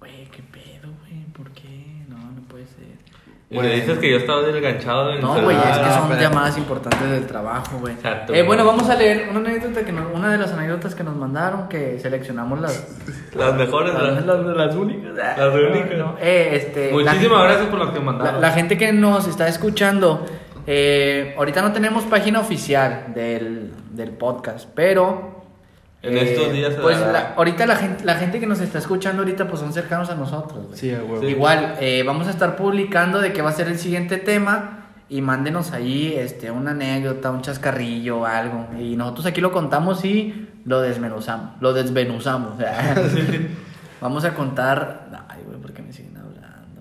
[SPEAKER 1] Güey, qué pedo, güey, ¿por qué? No, no puede ser.
[SPEAKER 2] Y le dices que yo estaba enganchado en
[SPEAKER 1] No,
[SPEAKER 2] el
[SPEAKER 1] güey, es
[SPEAKER 2] celular.
[SPEAKER 1] que son
[SPEAKER 3] espérate.
[SPEAKER 1] llamadas importantes del trabajo, güey.
[SPEAKER 2] Exacto,
[SPEAKER 1] Eh, bueno,
[SPEAKER 2] güey.
[SPEAKER 1] vamos a leer una anécdota que nos- una de las anécdotas que nos mandaron, que seleccionamos las,
[SPEAKER 2] Las mejores,
[SPEAKER 1] las,
[SPEAKER 2] las,
[SPEAKER 1] las- las únicas.
[SPEAKER 2] las únicas.
[SPEAKER 1] No, eh, este, la
[SPEAKER 2] Muchísimas
[SPEAKER 1] gente-
[SPEAKER 2] gracias por las que
[SPEAKER 1] La,
[SPEAKER 2] mandaron.
[SPEAKER 1] la gente que nos está escuchando, eh, ahorita no tenemos página oficial del, del podcast, pero...
[SPEAKER 2] En estos días se
[SPEAKER 1] Pues
[SPEAKER 2] dará.
[SPEAKER 1] la- ahorita la gente, la gente que nos está escuchando ahorita pues son cercanos a nosotros. güey.
[SPEAKER 3] Sí, a huevo.
[SPEAKER 1] Igual, eh, vamos a estar publicando de qué va a ser el siguiente tema y mándenos ahí este, una anécdota, un chascarrillo o algo. Y nosotros aquí lo contamos y lo desmenuzamos. Lo desvenuzamos. vamos a contar... Ay, güey, ¿por qué me siguen hablando?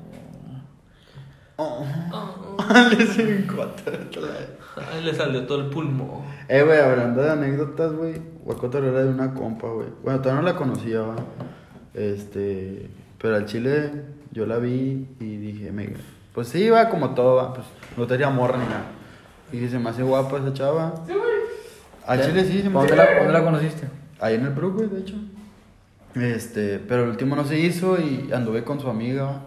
[SPEAKER 3] Les encuentro otra vez.
[SPEAKER 2] Ay, le salió todo el pulmón.
[SPEAKER 3] Eh, güey, hablando de anécdotas, güey. Voy a contar una de una compa, güey. Bueno, todavía no la conocía, va. Este. Pero al chile yo la vi y dije, me, pues sí, va como todo, va. Pues no tenía morra ni nada. Y dije, se me hace guapa esa chava. Sí, güey. Al chile sí, se me hace
[SPEAKER 1] ¿Dónde la, dónde la conociste?
[SPEAKER 3] Ahí en el Brook, güey, de hecho. Este, pero el último no se hizo y anduve con su amiga.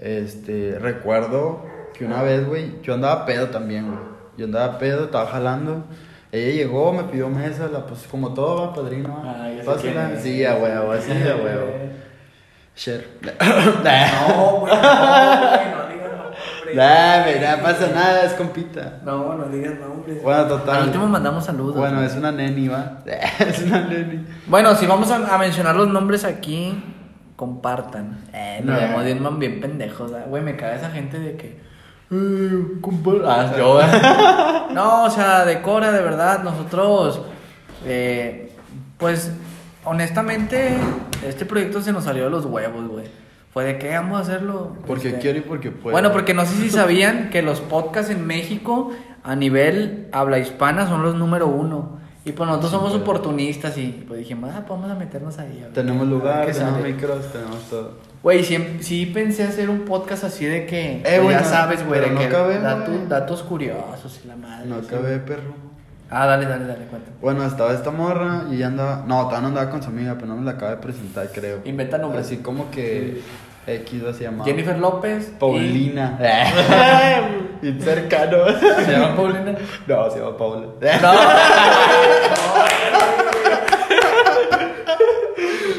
[SPEAKER 3] Este, recuerdo que una vez, güey, yo andaba pedo también, güey. Yo andaba pedo, estaba jalando. Ella llegó, me pidió mesa, la pues como todo, va, padrino.
[SPEAKER 1] Ah, ya sé
[SPEAKER 3] Pásala.
[SPEAKER 1] quién es.
[SPEAKER 3] Sí, a huevo, así a huevo. Sher.
[SPEAKER 1] No, güey, no, digas nombres.
[SPEAKER 3] Dame, no pasa nada, es compita.
[SPEAKER 1] No, no digas nombres.
[SPEAKER 3] Bueno, total.
[SPEAKER 1] Al último mandamos saludos.
[SPEAKER 3] Bueno, es una neni, va. Es una neni.
[SPEAKER 1] Bueno, si vamos a, a mencionar los nombres aquí, compartan. Eh, nos
[SPEAKER 3] No.
[SPEAKER 1] vemos bien, man, bien pendejos. ah, Güey, me caga esa gente de que. "Eh, compa-". Ah, yo, eh. No, o sea, decora, de verdad. Nosotros, eh, pues, honestamente, este proyecto se nos salió de los huevos, güey. Fue de que vamos a hacerlo.
[SPEAKER 3] Porque
[SPEAKER 1] este,
[SPEAKER 3] quiero y porque puedo.
[SPEAKER 1] Bueno, porque no sé si sabían que los podcasts en México a nivel habla hispana son los número uno. Y pues nosotros somos
[SPEAKER 3] claro.
[SPEAKER 1] oportunistas y pues dijimos, ah, pues vamos a meternos ahí. a ver- a
[SPEAKER 3] Tenemos
[SPEAKER 1] ver
[SPEAKER 3] lugar,
[SPEAKER 1] qué
[SPEAKER 3] tenemos
[SPEAKER 1] Ah, sale".
[SPEAKER 3] micros, tenemos todo.
[SPEAKER 1] Güey, sí, sí pensé hacer un podcast así de que,
[SPEAKER 3] Eh,
[SPEAKER 1] pues,
[SPEAKER 3] güey,
[SPEAKER 1] ya
[SPEAKER 3] no,
[SPEAKER 1] sabes, güey, de
[SPEAKER 3] pero no
[SPEAKER 1] que
[SPEAKER 3] cabe,
[SPEAKER 1] datu-
[SPEAKER 3] güey.
[SPEAKER 1] datos curiosos y la madre.
[SPEAKER 3] No
[SPEAKER 1] sí.
[SPEAKER 3] acabé, perro.
[SPEAKER 1] Ah, dale, dale, dale, cuéntame.
[SPEAKER 3] Bueno, estaba esta morra y ella andaba. No, todavía no andaba con su amiga, pero no me la acaba de presentar, creo.
[SPEAKER 1] Inventa nombre.
[SPEAKER 3] Así como que X se llamaba.
[SPEAKER 1] Jennifer López. y-
[SPEAKER 3] Paulina. Bien cercano.
[SPEAKER 1] ¿Se llama Paulina?
[SPEAKER 3] No, se llama Paula.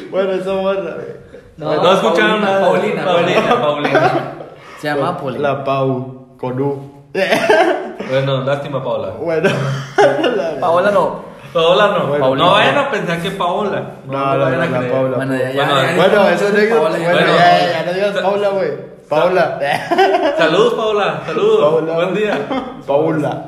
[SPEAKER 3] Bueno, esa morra, güey.
[SPEAKER 2] No, escucharon
[SPEAKER 1] Paulina,
[SPEAKER 2] nada.
[SPEAKER 1] Paulina,
[SPEAKER 2] Paulina, Paulina.
[SPEAKER 1] Se llama Paulina.
[SPEAKER 3] La Pau, con U. Eh,
[SPEAKER 2] Bueno, lástima, Paola.
[SPEAKER 3] Bueno, la-
[SPEAKER 1] Paola no.
[SPEAKER 2] Paola no.
[SPEAKER 3] Bueno,
[SPEAKER 2] no
[SPEAKER 1] Paulina.
[SPEAKER 2] vayan a pensar que Paola.
[SPEAKER 3] No, no,
[SPEAKER 2] vayan a
[SPEAKER 3] no, la
[SPEAKER 2] creer.
[SPEAKER 3] Paola.
[SPEAKER 1] Bueno, ya, ya.
[SPEAKER 2] Ah, Bueno,
[SPEAKER 1] ya
[SPEAKER 3] Bueno,
[SPEAKER 1] dijimos
[SPEAKER 3] eso es
[SPEAKER 1] de
[SPEAKER 3] anécdota.
[SPEAKER 1] Paola, ya.
[SPEAKER 3] Bueno,
[SPEAKER 2] Bueno.
[SPEAKER 3] ya, ya no digas Paula, güey. Paula.
[SPEAKER 2] Saludos, Paola. Saludos. Buen día.
[SPEAKER 3] Paula.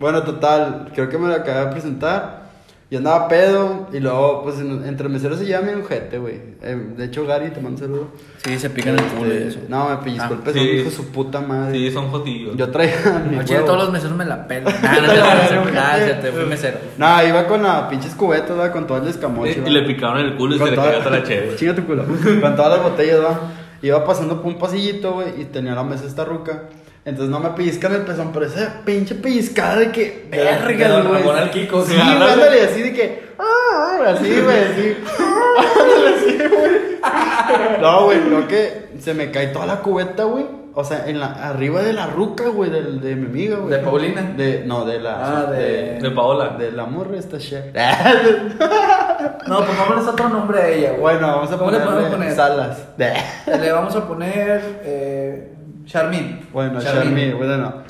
[SPEAKER 3] Bueno, total, creo que me la acabé de presentar. Yo andaba pedo y luego, pues, en- entre meseros se llama un jete, güey. Eh, de hecho, Gary, te mando un saludo.
[SPEAKER 1] Sí, se pican el culo y
[SPEAKER 3] Eh,
[SPEAKER 1] eso. Ah.
[SPEAKER 3] No, me pellizcó el pezón,
[SPEAKER 2] Ah, sí.
[SPEAKER 3] dijo su puta madre.
[SPEAKER 2] Sí, son jotillos.
[SPEAKER 3] Yo traía mi
[SPEAKER 1] Al chile
[SPEAKER 3] huevo.
[SPEAKER 1] todos los meseros me la pelan. Nah, no te la pelan. Gracias, te fui mesero.
[SPEAKER 3] No, iba con la pinche escubeta, ¿verdad? con todo el
[SPEAKER 2] Y,
[SPEAKER 3] escamoche.
[SPEAKER 2] Eh, y
[SPEAKER 3] ¿verdad?
[SPEAKER 2] le picaron el culo y se le
[SPEAKER 3] toda-
[SPEAKER 2] cayó hasta la cheve.
[SPEAKER 3] Chinga tu culo. Con todas las botellas, va. Iba pasando por un pasillito, güey, y tenía la mesa esta ruca. Entonces no me pellizcan el pezón, pero esa pinche pellizcada de que.
[SPEAKER 1] De la- de
[SPEAKER 3] Verga,
[SPEAKER 1] don
[SPEAKER 3] güey.
[SPEAKER 1] Ramón al Kiko,
[SPEAKER 3] Sí,
[SPEAKER 2] sí,
[SPEAKER 3] güey,
[SPEAKER 2] ándale.
[SPEAKER 3] ándale, así de que. "Ah", Así, güey, así. Ándale, así, güey. No, güey, lo que se me cae toda la cubeta, güey. O sea, en la, arriba de la ruca, güey, del- de, mi amiga, güey.
[SPEAKER 1] ¿De Paulina?
[SPEAKER 3] De, no, de la.
[SPEAKER 1] Ah, de-
[SPEAKER 2] De Paola.
[SPEAKER 3] De la morra esta shit.
[SPEAKER 1] No, pongámosles otro nombre a ella, güey.
[SPEAKER 3] Bueno, vamos a
[SPEAKER 1] ¿Cómo le podemos
[SPEAKER 3] ponerle
[SPEAKER 1] poner?
[SPEAKER 3] Salas.
[SPEAKER 1] Le vamos a poner. Eh, Charmin.
[SPEAKER 3] Bueno, Charmin, bueno.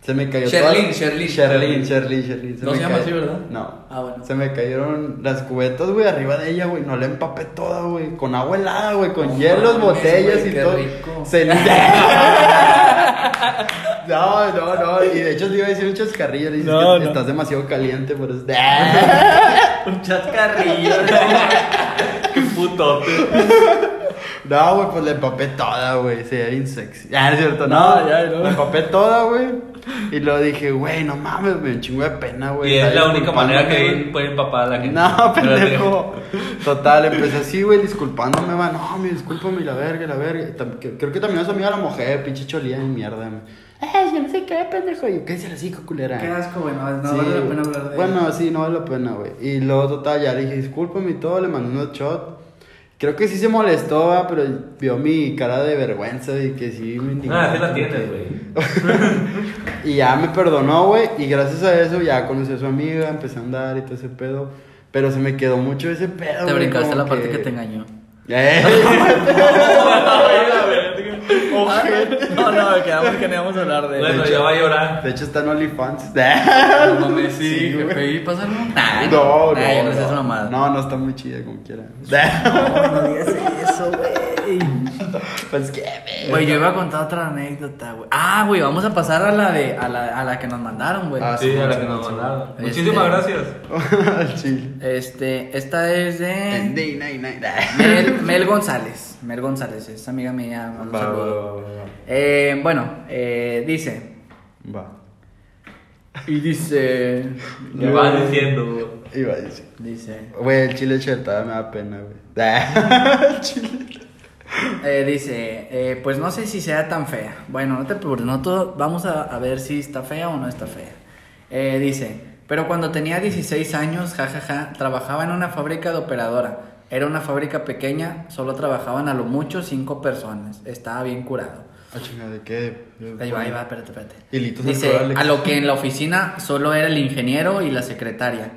[SPEAKER 3] Se me cayó
[SPEAKER 1] Sherlyn,
[SPEAKER 3] toda-
[SPEAKER 1] Sherlyn.
[SPEAKER 3] Sherlyn, Sherlyn, Sherlyn.
[SPEAKER 1] No
[SPEAKER 3] me
[SPEAKER 1] se llama
[SPEAKER 3] cayó-
[SPEAKER 1] así, ¿verdad?
[SPEAKER 3] No.
[SPEAKER 1] Ah, bueno.
[SPEAKER 3] Se me cayeron las cubetas, güey, arriba de ella, güey. No la empapé toda, güey. Con agua helada, güey. Con
[SPEAKER 1] No
[SPEAKER 3] hielos,
[SPEAKER 1] mames,
[SPEAKER 3] botellas
[SPEAKER 1] güey,
[SPEAKER 3] y
[SPEAKER 1] qué
[SPEAKER 3] todo.
[SPEAKER 1] rico.
[SPEAKER 3] Se- no, no, no. Y de hecho te iba a decir un chascarrillo. Le dices
[SPEAKER 2] No,
[SPEAKER 3] que
[SPEAKER 2] no.
[SPEAKER 3] estás demasiado caliente, por eso.
[SPEAKER 1] Un chascarrillo.
[SPEAKER 2] Qué putote.
[SPEAKER 3] No, güey, pues la empapé toda, güey. Se era insexy. Ya, Ah, es cierto, no.
[SPEAKER 1] No, ya, no.
[SPEAKER 3] La empapé toda, güey. Y luego dije, güey, no mames, me dio un chingo de pena, güey.
[SPEAKER 2] Y es
[SPEAKER 3] Está
[SPEAKER 2] la única
[SPEAKER 3] disculpándome,
[SPEAKER 2] manera que
[SPEAKER 3] güey.
[SPEAKER 2] puede empapar a la gente.
[SPEAKER 3] No, pendejo. Total, empecé así, güey, disculpándome, va. No, me discúlpame, la verga, la verga. Tam- que- Creo que también su amiga la mujer, pinche cholía de mierda. Eh, yo no sé qué, pendejo. Yo, ¿qué se la hija culera?
[SPEAKER 1] Qué asco, güey. No, no
[SPEAKER 3] Sí,
[SPEAKER 1] vale la
[SPEAKER 3] güey.
[SPEAKER 1] pena hablar de
[SPEAKER 3] Bueno, sí, no vale la pena, güey. Y luego, total, ya le dije, discúlpame y todo, le mandé unos shots. Creo que sí se molestó, va, pero vio mi cara de vergüenza y que sí me indignó.
[SPEAKER 2] Ah, sí la tienes, güey.
[SPEAKER 3] Y ya me perdonó, güey. Y gracias a eso ya conocí a su amiga, empecé a andar y todo ese pedo. Pero se me quedó mucho ese pedo.
[SPEAKER 1] Te
[SPEAKER 3] güey,
[SPEAKER 1] brincaste
[SPEAKER 3] como
[SPEAKER 1] la parte que te engañó.
[SPEAKER 3] ¡Eh! Ojete.
[SPEAKER 1] No, no, quedamos que no íbamos a hablar de
[SPEAKER 2] Bueno,
[SPEAKER 1] de
[SPEAKER 2] ya
[SPEAKER 1] hecho.
[SPEAKER 2] va a llorar.
[SPEAKER 3] De hecho, está en OnlyFans.
[SPEAKER 1] No mames,
[SPEAKER 3] Sí,
[SPEAKER 1] sí,
[SPEAKER 3] güey.
[SPEAKER 1] jefe. ¿Y pásalo? Nah,
[SPEAKER 3] No, no.
[SPEAKER 1] nah, ya Ah, no seas
[SPEAKER 3] no.
[SPEAKER 1] mamada.
[SPEAKER 3] No, no está muy chida como quiera.
[SPEAKER 1] No, no digas eso, güey.
[SPEAKER 3] Pues qué,
[SPEAKER 1] Güey, yo iba a contar otra anécdota, güey. Ah, güey, vamos a pasar a la de a la, a la que nos mandaron, güey.
[SPEAKER 3] Ah,
[SPEAKER 2] Sí,
[SPEAKER 3] sí,
[SPEAKER 2] a la
[SPEAKER 3] sí,
[SPEAKER 2] que nos
[SPEAKER 3] sí.
[SPEAKER 2] mandaron.
[SPEAKER 1] Este-
[SPEAKER 2] Muchísimas gracias.
[SPEAKER 3] Al chile.
[SPEAKER 1] Este, esta es de
[SPEAKER 3] Day, night, night, night.
[SPEAKER 1] Mel, Mel González. Mel González, es amiga mía. manda un
[SPEAKER 3] Va, va,
[SPEAKER 1] saludo.
[SPEAKER 3] va, va,
[SPEAKER 1] Eh, bueno, eh, dice.
[SPEAKER 3] va. Va.
[SPEAKER 1] Y dice.
[SPEAKER 2] Me va diciendo, güey.
[SPEAKER 3] Iba a decir.
[SPEAKER 1] Dice.
[SPEAKER 3] Güey, el chile chetada me da pena, güey. Ah, El chile.
[SPEAKER 1] eh, dice, eh, pues no sé si sea tan fea. Bueno, no te preocupes, nosotros vamos a, a ver si está fea o no está fea. Eh, dice, pero cuando tenía 16 años, jajaja, trabajaba en una fábrica de operadora. Era una fábrica pequeña, solo trabajaban a lo mucho cinco personas. Estaba bien curado.
[SPEAKER 3] Ah, chinga, ¿de qué?
[SPEAKER 1] Ahí va, ahí va, espérate, espérate.
[SPEAKER 3] Hilitos
[SPEAKER 1] Dice,
[SPEAKER 3] naturales.
[SPEAKER 1] a lo que en la oficina solo era el ingeniero y la secretaria.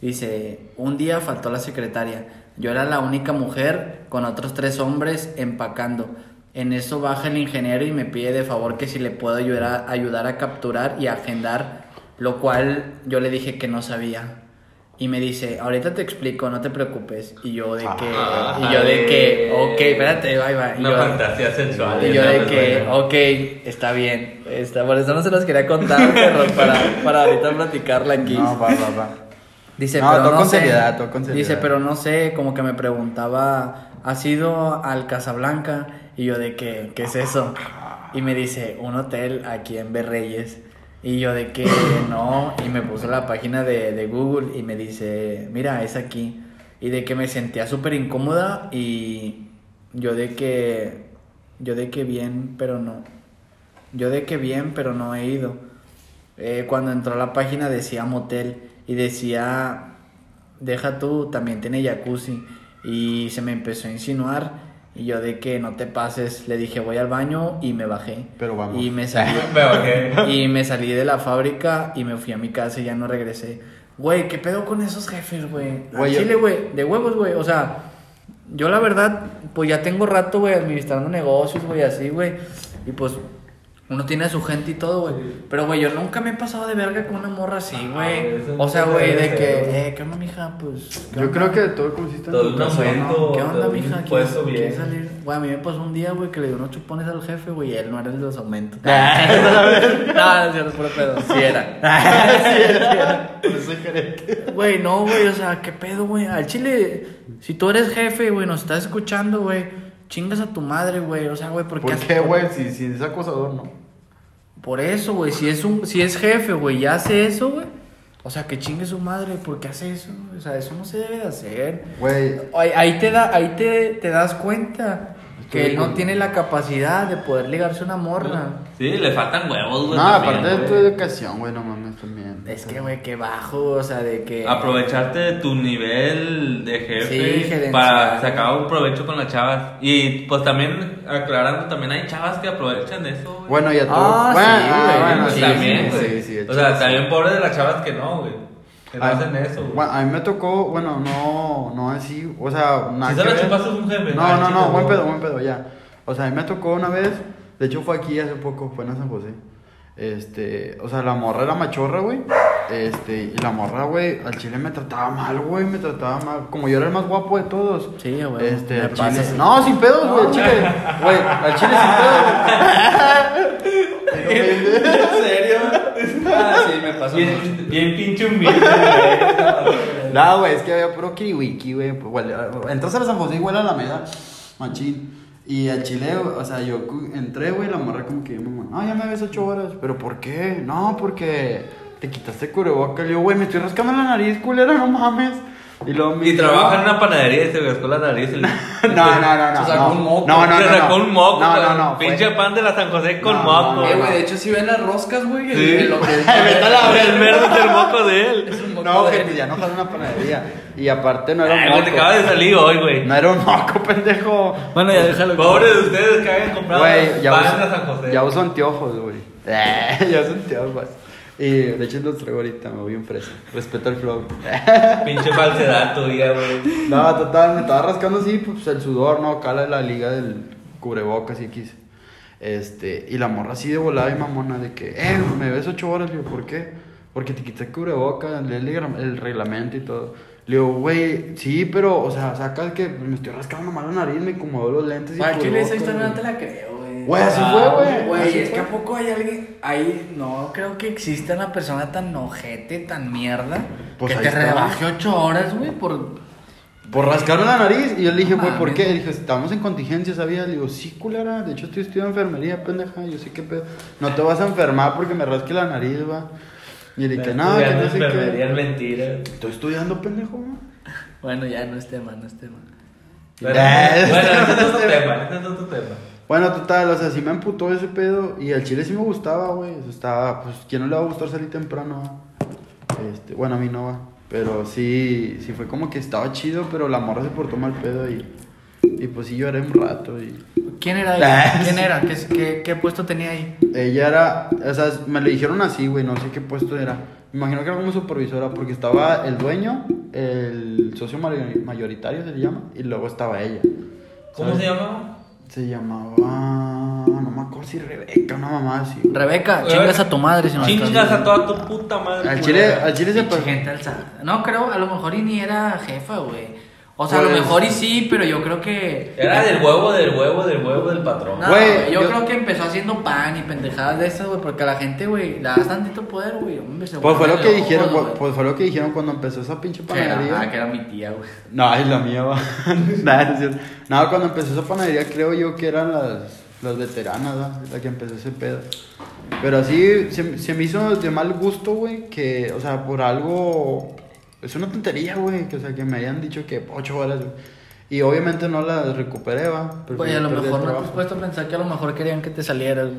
[SPEAKER 1] Dice, un día faltó la secretaria. Yo era la única mujer con otros tres hombres empacando. En eso baja el ingeniero y me pide de favor que si le puedo ayudar a, ayudar a capturar y agendar, lo cual yo le dije que no sabía. Y me dice, ahorita te explico, no te preocupes. Y yo de que, y yo de que, ok, espérate, bye bye. Y
[SPEAKER 2] Una
[SPEAKER 1] yo-
[SPEAKER 2] fantasía sensual.
[SPEAKER 1] y yo
[SPEAKER 2] esa
[SPEAKER 1] de
[SPEAKER 2] persona.
[SPEAKER 1] que, ok, está bien. Está, por eso no se los quería contar, perro, para, para ahorita platicarla aquí.
[SPEAKER 3] No, va, va, va.
[SPEAKER 1] Dice,
[SPEAKER 3] No,
[SPEAKER 1] pero
[SPEAKER 3] todo
[SPEAKER 1] no
[SPEAKER 3] con
[SPEAKER 1] sé.
[SPEAKER 3] seriedad, todo con
[SPEAKER 1] Dice,
[SPEAKER 3] seriedad.
[SPEAKER 1] pero no sé, como que me preguntaba, ¿has ido al Casablanca? Y yo de que, ¿qué es eso? Y me dice, un hotel aquí en Berreyes. Y yo de que no, y me puso la página de, de Google y me dice, mira, es aquí. Y de que me sentía súper incómoda y yo de que, yo de que bien, pero no. Yo de que bien, pero no he ido. Eh, cuando entró a la página decía motel y decía, deja tú, también tiene jacuzzi. Y se me empezó a insinuar y yo de que no te pases, le dije voy al baño y me bajé.
[SPEAKER 3] Pero vamos.
[SPEAKER 1] Y me salí,
[SPEAKER 2] Me bajé.
[SPEAKER 1] y me salí de la fábrica y me fui a mi casa y ya no regresé. Güey, ¿qué pedo con esos jefes, güey? Al
[SPEAKER 2] Ah,
[SPEAKER 3] Güey, yo-
[SPEAKER 1] Chile, güey, de huevos, güey. O sea, yo la verdad, pues ya tengo rato, güey, administrando negocios, güey, así, güey. Y pues, Uno tiene a su gente y todo, güey. Pero, güey, yo nunca me he pasado de verga con una morra así,
[SPEAKER 2] Ah,
[SPEAKER 1] güey.
[SPEAKER 2] güey, eso
[SPEAKER 1] O sea,
[SPEAKER 2] no
[SPEAKER 1] güey,
[SPEAKER 2] debe
[SPEAKER 1] de
[SPEAKER 2] ser,
[SPEAKER 1] que,
[SPEAKER 2] güey.
[SPEAKER 1] eh, ¿qué onda, mija? Pues. ¿qué
[SPEAKER 3] Yo
[SPEAKER 1] onda?
[SPEAKER 3] creo que todo consiste en
[SPEAKER 2] Todo
[SPEAKER 3] tu
[SPEAKER 2] un
[SPEAKER 3] persona.
[SPEAKER 2] aumento.
[SPEAKER 1] ¿Qué onda,
[SPEAKER 2] todo
[SPEAKER 1] mija?
[SPEAKER 2] un puesto
[SPEAKER 1] ¿Quieres- ¿Quieres
[SPEAKER 2] bien.
[SPEAKER 1] salir? Güey, a mí me pasó un día, güey, que le dio unos chupones al jefe, güey, y él no era el de los aumentos.
[SPEAKER 3] Ah,
[SPEAKER 1] no, no, sí, no, puro pedo. Sí era.
[SPEAKER 3] Por eso gerente.
[SPEAKER 1] Güey, no, güey, o sea, ¿qué pedo, güey? Al chile, si tú eres jefe, güey, nos estás escuchando, güey, chingas a tu madre, güey. O sea, güey, ¿por qué?
[SPEAKER 3] ¿Por
[SPEAKER 1] has-
[SPEAKER 3] qué, güey? Si, si es acosador, no.
[SPEAKER 1] Por eso, güey, si es un, si es jefe, güey, y hace eso, güey. O sea, que chingue su madre, ¿por qué hace eso? O sea, eso no se debe de hacer.
[SPEAKER 3] Güey,
[SPEAKER 1] Ahí, ahí te da, ahí te, te das cuenta que
[SPEAKER 3] Estoy
[SPEAKER 1] él no
[SPEAKER 3] con-
[SPEAKER 1] tiene la capacidad de poder ligarse a una morra.
[SPEAKER 2] Sí, le faltan huevos, güey.
[SPEAKER 3] no,
[SPEAKER 2] también,
[SPEAKER 3] aparte de tu
[SPEAKER 2] güey.
[SPEAKER 3] educación, güey, no mames, también.
[SPEAKER 1] Es que, güey, qué bajo, o sea, de que.
[SPEAKER 2] Aprovecharte de tu nivel de
[SPEAKER 1] Sí,
[SPEAKER 2] jefe
[SPEAKER 1] gerencial.
[SPEAKER 2] para sacar un provecho con las chavas. Y pues también, aclarando, también hay chavas que aprovechan eso, güey.
[SPEAKER 3] Bueno, ya tú.
[SPEAKER 1] Ah,
[SPEAKER 3] bueno,
[SPEAKER 1] sí, güey,
[SPEAKER 3] bueno,
[SPEAKER 1] sí,
[SPEAKER 2] también,
[SPEAKER 3] sí,
[SPEAKER 2] güey.
[SPEAKER 3] sí, sí,
[SPEAKER 2] o
[SPEAKER 3] chile,
[SPEAKER 2] sea,
[SPEAKER 3] sí.
[SPEAKER 2] también pobre de las chavas que no, güey. Que no
[SPEAKER 3] Ah,
[SPEAKER 2] hacen eso, güey.
[SPEAKER 3] Bueno, a mí me tocó, bueno, no, no así, o sea, nada
[SPEAKER 2] Si se
[SPEAKER 3] que
[SPEAKER 2] la
[SPEAKER 3] ver.
[SPEAKER 2] chupaste un jefe,
[SPEAKER 3] No,
[SPEAKER 2] ah,
[SPEAKER 3] no, no,
[SPEAKER 2] chido,
[SPEAKER 3] buen
[SPEAKER 2] güey.
[SPEAKER 3] pedo, buen pedo, ya. O sea, a mí me tocó una vez, de hecho fue aquí hace poco, fue en San José. Este, o sea, la morra era machorra, güey. Este, y la morra, güey, al chile me trataba mal, güey, me trataba mal. Como yo era el más guapo de todos.
[SPEAKER 1] Sí, güey.
[SPEAKER 3] Este,
[SPEAKER 1] Me
[SPEAKER 3] al
[SPEAKER 1] pasa
[SPEAKER 3] chile.
[SPEAKER 1] así.
[SPEAKER 3] No, sin pedos, güey, al chile. Güey, al chile sin pedos. güey.
[SPEAKER 2] ¿En serio?
[SPEAKER 1] Ah, sí, me pasó mucho.
[SPEAKER 2] Bien, bien pinche humilde, güey.
[SPEAKER 3] No, güey, es que había puro kiriwiki, güey. pues, huele- Entras a la San José y huele a la meda, machín. Y al chile, güey, o sea, yo cu- entré, güey, la morra como que, mamá, no, ya me ves ocho horas. ¿Pero por qué? No, porque te quitaste el cubrebocas. Le digo, güey, me estoy rascando la nariz, culera, no mames. Y luego me
[SPEAKER 2] Y
[SPEAKER 3] dice,
[SPEAKER 2] trabaja en
[SPEAKER 3] "No".
[SPEAKER 2] una panadería y se rascó la nariz. y le-
[SPEAKER 3] No, no, no, no.
[SPEAKER 1] Se sacó
[SPEAKER 3] no.
[SPEAKER 1] un moco.
[SPEAKER 3] No, no,
[SPEAKER 2] se
[SPEAKER 3] no,
[SPEAKER 2] sacó
[SPEAKER 3] no.
[SPEAKER 2] un moco.
[SPEAKER 3] No, no,
[SPEAKER 2] güey.
[SPEAKER 3] no. fue-
[SPEAKER 2] Pinche pan de la San José con
[SPEAKER 3] No,
[SPEAKER 2] moco.
[SPEAKER 3] no,
[SPEAKER 1] Eh,
[SPEAKER 2] güey.
[SPEAKER 1] güey, de hecho, si ven las roscas, güey. el-
[SPEAKER 2] Sí.
[SPEAKER 1] el- lo que-
[SPEAKER 3] Vete a la verga.
[SPEAKER 2] El verde es el moco de
[SPEAKER 1] Es
[SPEAKER 2] él.
[SPEAKER 1] un moco
[SPEAKER 3] No,
[SPEAKER 1] de-
[SPEAKER 3] gente, ya no fue una panadería. Y aparte no era
[SPEAKER 2] Ay,
[SPEAKER 3] un
[SPEAKER 2] güey, te acaba
[SPEAKER 3] moco.
[SPEAKER 2] de salir hoy, güey.
[SPEAKER 3] No era un moco, pendejo.
[SPEAKER 1] Bueno, ya déjalo.
[SPEAKER 2] Pobres de ustedes que hayan comprado
[SPEAKER 3] Güey, ya,
[SPEAKER 2] pan
[SPEAKER 3] uso-
[SPEAKER 2] de San José.
[SPEAKER 3] ya uso anteojos, güey. Eh, ya uso anteojos. Y de hecho los traigo ahorita, me voy en fresa. Respeto al flow.
[SPEAKER 2] Pinche falsedad tuya, güey.
[SPEAKER 3] No, total, me estaba rascando así, pues el sudor, ¿no? Cala la liga del cubrebocas y X. Este, y la morra así de volada y mamona de que, eh, me ves ocho horas, le digo, ¿por qué? Porque te quité el cubrebocas, leí el, gra- el reglamento y todo. Le digo, güey, sí, pero, o sea, sacas que me estoy rascando mal la nariz, me incomodó los lentes y
[SPEAKER 1] Güey, al chile, esa
[SPEAKER 3] cubrebocas,
[SPEAKER 1] historia no
[SPEAKER 3] güey.
[SPEAKER 1] te la creo, güey.
[SPEAKER 3] Güey, así
[SPEAKER 2] Ah,
[SPEAKER 3] fue, güey.
[SPEAKER 1] Güey,
[SPEAKER 3] así
[SPEAKER 1] es que
[SPEAKER 3] fue.
[SPEAKER 1] a poco hay alguien. Ahí no creo que exista una persona tan ojete, tan mierda.
[SPEAKER 3] Pues
[SPEAKER 1] que
[SPEAKER 3] ahí
[SPEAKER 1] te
[SPEAKER 3] está.
[SPEAKER 1] rebaje ocho horas, güey, por.
[SPEAKER 3] Por rascarme la nariz. Y yo le dije,
[SPEAKER 1] No
[SPEAKER 3] güey, ¿por
[SPEAKER 1] mames.
[SPEAKER 3] qué? Y dijo, estamos en contingencia, ¿sabías? Le digo, sí, culera. De hecho, estoy estudiando enfermería, pendeja. Yo sé qué pedo. No te vas a enfermar porque me rasque la nariz, va. Y le dije, no, que
[SPEAKER 2] Ya
[SPEAKER 3] no sé
[SPEAKER 2] enfermería
[SPEAKER 3] qué.
[SPEAKER 2] es mentira.
[SPEAKER 3] Estoy estudiando, pendejo, ¿no?
[SPEAKER 1] Bueno, ya no es tema, no es tema.
[SPEAKER 2] Bueno,
[SPEAKER 3] Eh,
[SPEAKER 2] bueno, ese es otro
[SPEAKER 3] este-
[SPEAKER 2] tema, ese es otro tema.
[SPEAKER 3] Bueno, total, o sea, sí me emputó ese pedo. Y al chile sí me gustaba, güey. Eso estaba, pues, ¿quién no le va a gustar salir temprano? va? Este, bueno, a mí no va. Pero sí, sí fue como que estaba chido, pero la morra se portó mal pedo y. Y pues sí lloré un rato y.
[SPEAKER 1] ¿Quién era ella?
[SPEAKER 3] Ah,
[SPEAKER 1] ¿Quién
[SPEAKER 3] sí.
[SPEAKER 1] era? ¿Qué, qué, qué puesto tenía ahí?
[SPEAKER 3] Ella era, o sea, me lo dijeron así, güey, no sé qué puesto era. Me imagino que era como supervisora, porque estaba el dueño, el socio mari- mayoritario se le llama, y luego estaba ella.
[SPEAKER 2] ¿Cómo
[SPEAKER 3] ¿Sabes?
[SPEAKER 2] se llama?
[SPEAKER 3] Se llamaba, no me acuerdo si Rebeca, una mamá así. güey.
[SPEAKER 1] Rebeca, chingas a tu madre si no
[SPEAKER 2] Chingas a toda tu puta madre.
[SPEAKER 3] Al chile,
[SPEAKER 2] culera.
[SPEAKER 3] al chile se
[SPEAKER 1] Pinche
[SPEAKER 3] pasó.
[SPEAKER 1] gente alzada. No creo, a lo mejor y ni era jefa, güey. O sea, a lo
[SPEAKER 3] Pues-
[SPEAKER 1] mejor y sí, pero yo creo que.
[SPEAKER 2] Era del huevo, del huevo, del huevo del patrón.
[SPEAKER 1] No,
[SPEAKER 3] Güey,
[SPEAKER 1] güey, yo,
[SPEAKER 3] yo-
[SPEAKER 1] creo que empezó haciendo pan y pendejadas de esas, güey, porque a la gente, güey, le das tantito poder, güey. hombre, se
[SPEAKER 3] Pues fue lo
[SPEAKER 1] vuelven
[SPEAKER 3] que
[SPEAKER 1] locos,
[SPEAKER 3] dijeron, güey,
[SPEAKER 1] güey.
[SPEAKER 3] pues fue lo que dijeron cuando empezó esa pinche
[SPEAKER 1] Que era- ah,
[SPEAKER 3] panadería.
[SPEAKER 1] que era mi tía, güey.
[SPEAKER 3] No, es la mía, va. Nada, es cierto. No, cuando empezó esa panadería, creo yo que eran las, las veteranas, ¿va? la que empezó ese pedo. Pero así se, se me hizo de mal gusto, güey, que, o sea, por algo. Es una tontería, güey, que, o sea, que me hayan dicho que ocho horas, güey. Y obviamente no las recuperé, va. Porque
[SPEAKER 1] Güey, Pues, a lo
[SPEAKER 3] perdí el
[SPEAKER 1] mejor no te has
[SPEAKER 3] trabajo.
[SPEAKER 1] puesto a pensar que a lo mejor querían que te salieras, güey.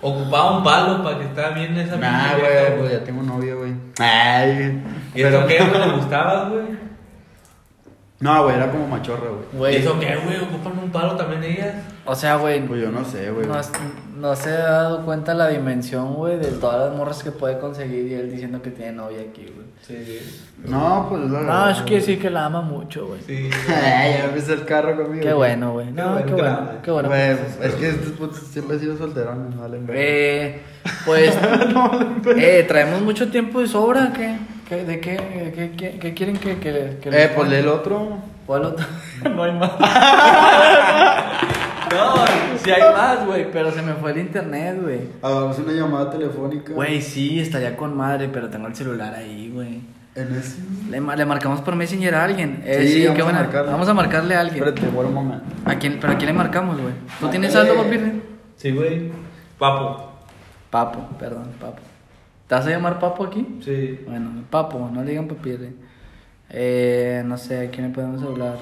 [SPEAKER 2] Ocupaba un palo para que estaba bien esa
[SPEAKER 3] Nah,
[SPEAKER 2] pinche
[SPEAKER 3] güey,
[SPEAKER 2] vieja,
[SPEAKER 3] pues ya tengo novio, güey. Ay,
[SPEAKER 2] ¿Y eso qué? ¿No le gustabas, güey?
[SPEAKER 3] No, güey, era como machorra, güey.
[SPEAKER 2] ¿Y
[SPEAKER 1] Güey,
[SPEAKER 2] eso qué, güey? ¿Ocupan un palo también ellas?
[SPEAKER 1] o sea, güey,
[SPEAKER 3] Pues yo no sé, güey.
[SPEAKER 1] no, has- no se ha dado cuenta la dimensión, güey, de todas las morras que puede conseguir y él diciendo que tiene novia aquí, güey.
[SPEAKER 2] Sí.
[SPEAKER 3] No, pues es la
[SPEAKER 1] No,
[SPEAKER 3] verdad,
[SPEAKER 1] es que
[SPEAKER 3] güey.
[SPEAKER 1] decir que la ama mucho, güey.
[SPEAKER 2] Sí.
[SPEAKER 3] Ay, ya ves el carro conmigo.
[SPEAKER 1] Qué bueno, güey.
[SPEAKER 2] Qué
[SPEAKER 1] No,
[SPEAKER 2] bueno
[SPEAKER 1] qué
[SPEAKER 2] que la
[SPEAKER 1] bueno,
[SPEAKER 2] ama.
[SPEAKER 1] qué bueno.
[SPEAKER 3] Güey, es que estos putos siempre han sido solterones, no valen verga.
[SPEAKER 1] Eh, pues,
[SPEAKER 3] No valen verga.
[SPEAKER 1] eh, traemos mucho tiempo de sobra, ¿qué? ¿Qué- ¿De qué, de qué, qué- qué quieren que, que, le- que
[SPEAKER 3] Eh,
[SPEAKER 1] les-
[SPEAKER 3] pues lee el otro.
[SPEAKER 1] ¿Cuál otro? no hay más.
[SPEAKER 2] No,
[SPEAKER 1] Sí hay más, güey, pero se me fue el internet, güey.
[SPEAKER 3] Hagamos una llamada telefónica.
[SPEAKER 1] Güey, sí, estaría con madre, pero tengo el celular ahí, güey.
[SPEAKER 3] En ese.
[SPEAKER 1] Le, ma- le marcamos por Messenger a alguien. Eh,
[SPEAKER 3] Sí,
[SPEAKER 1] sí,
[SPEAKER 3] vamos
[SPEAKER 1] qué
[SPEAKER 3] a
[SPEAKER 1] buena.
[SPEAKER 3] marcarle.
[SPEAKER 1] Vamos a marcarle a alguien.
[SPEAKER 3] Espérate, por un momento.
[SPEAKER 1] ¿A quién, ¿Pero a quién le marcamos, güey? ¿Tú tienes
[SPEAKER 3] Márcale.
[SPEAKER 1] algo, papi?
[SPEAKER 2] Sí, güey. Papo.
[SPEAKER 1] Papo, perdón, papo. ¿Te vas a llamar papo aquí?
[SPEAKER 2] Sí.
[SPEAKER 1] Bueno, papo, no le digan papirri. Eh, no sé, ¿a quién le podemos hablar?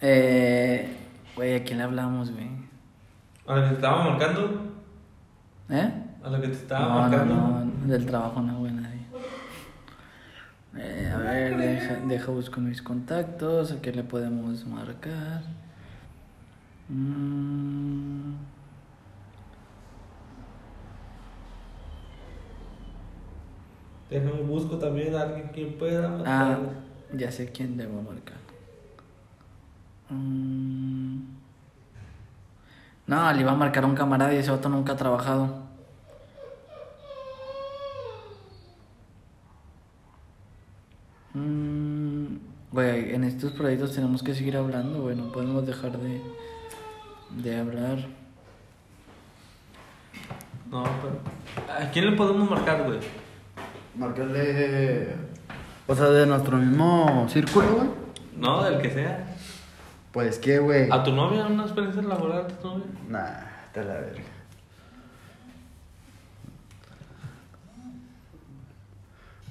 [SPEAKER 1] Eh, güey, ¿a quién le hablamos, güey?
[SPEAKER 2] ¿A la que te estaba marcando?
[SPEAKER 1] ¿Eh?
[SPEAKER 2] ¿A la que te estaba
[SPEAKER 1] No, no,
[SPEAKER 2] marcando?
[SPEAKER 1] no, del trabajo no, güey, nadie. Eh, a ver, deja, deja busco mis contactos, ¿a quién le podemos marcar? Mm.
[SPEAKER 2] Déjame busco también a alguien que pueda
[SPEAKER 1] Ah,
[SPEAKER 2] marcarle.
[SPEAKER 1] ya sé quién debo marcar. Mm. No, le iba a marcar a un camarada y ese vato nunca ha trabajado. Mm, Güey, en estos proyectos tenemos que seguir hablando, güey. No podemos dejar de, de hablar.
[SPEAKER 2] No, pero. ¿A quién le podemos marcar, güey?
[SPEAKER 3] Marcarle. O sea, de nuestro mismo círculo, güey.
[SPEAKER 2] No, del que sea.
[SPEAKER 3] Pues qué, güey.
[SPEAKER 1] Ah.
[SPEAKER 2] ¿A tu novia? ¿Una experiencia laboral de tu novia?
[SPEAKER 3] Nah, está la verga.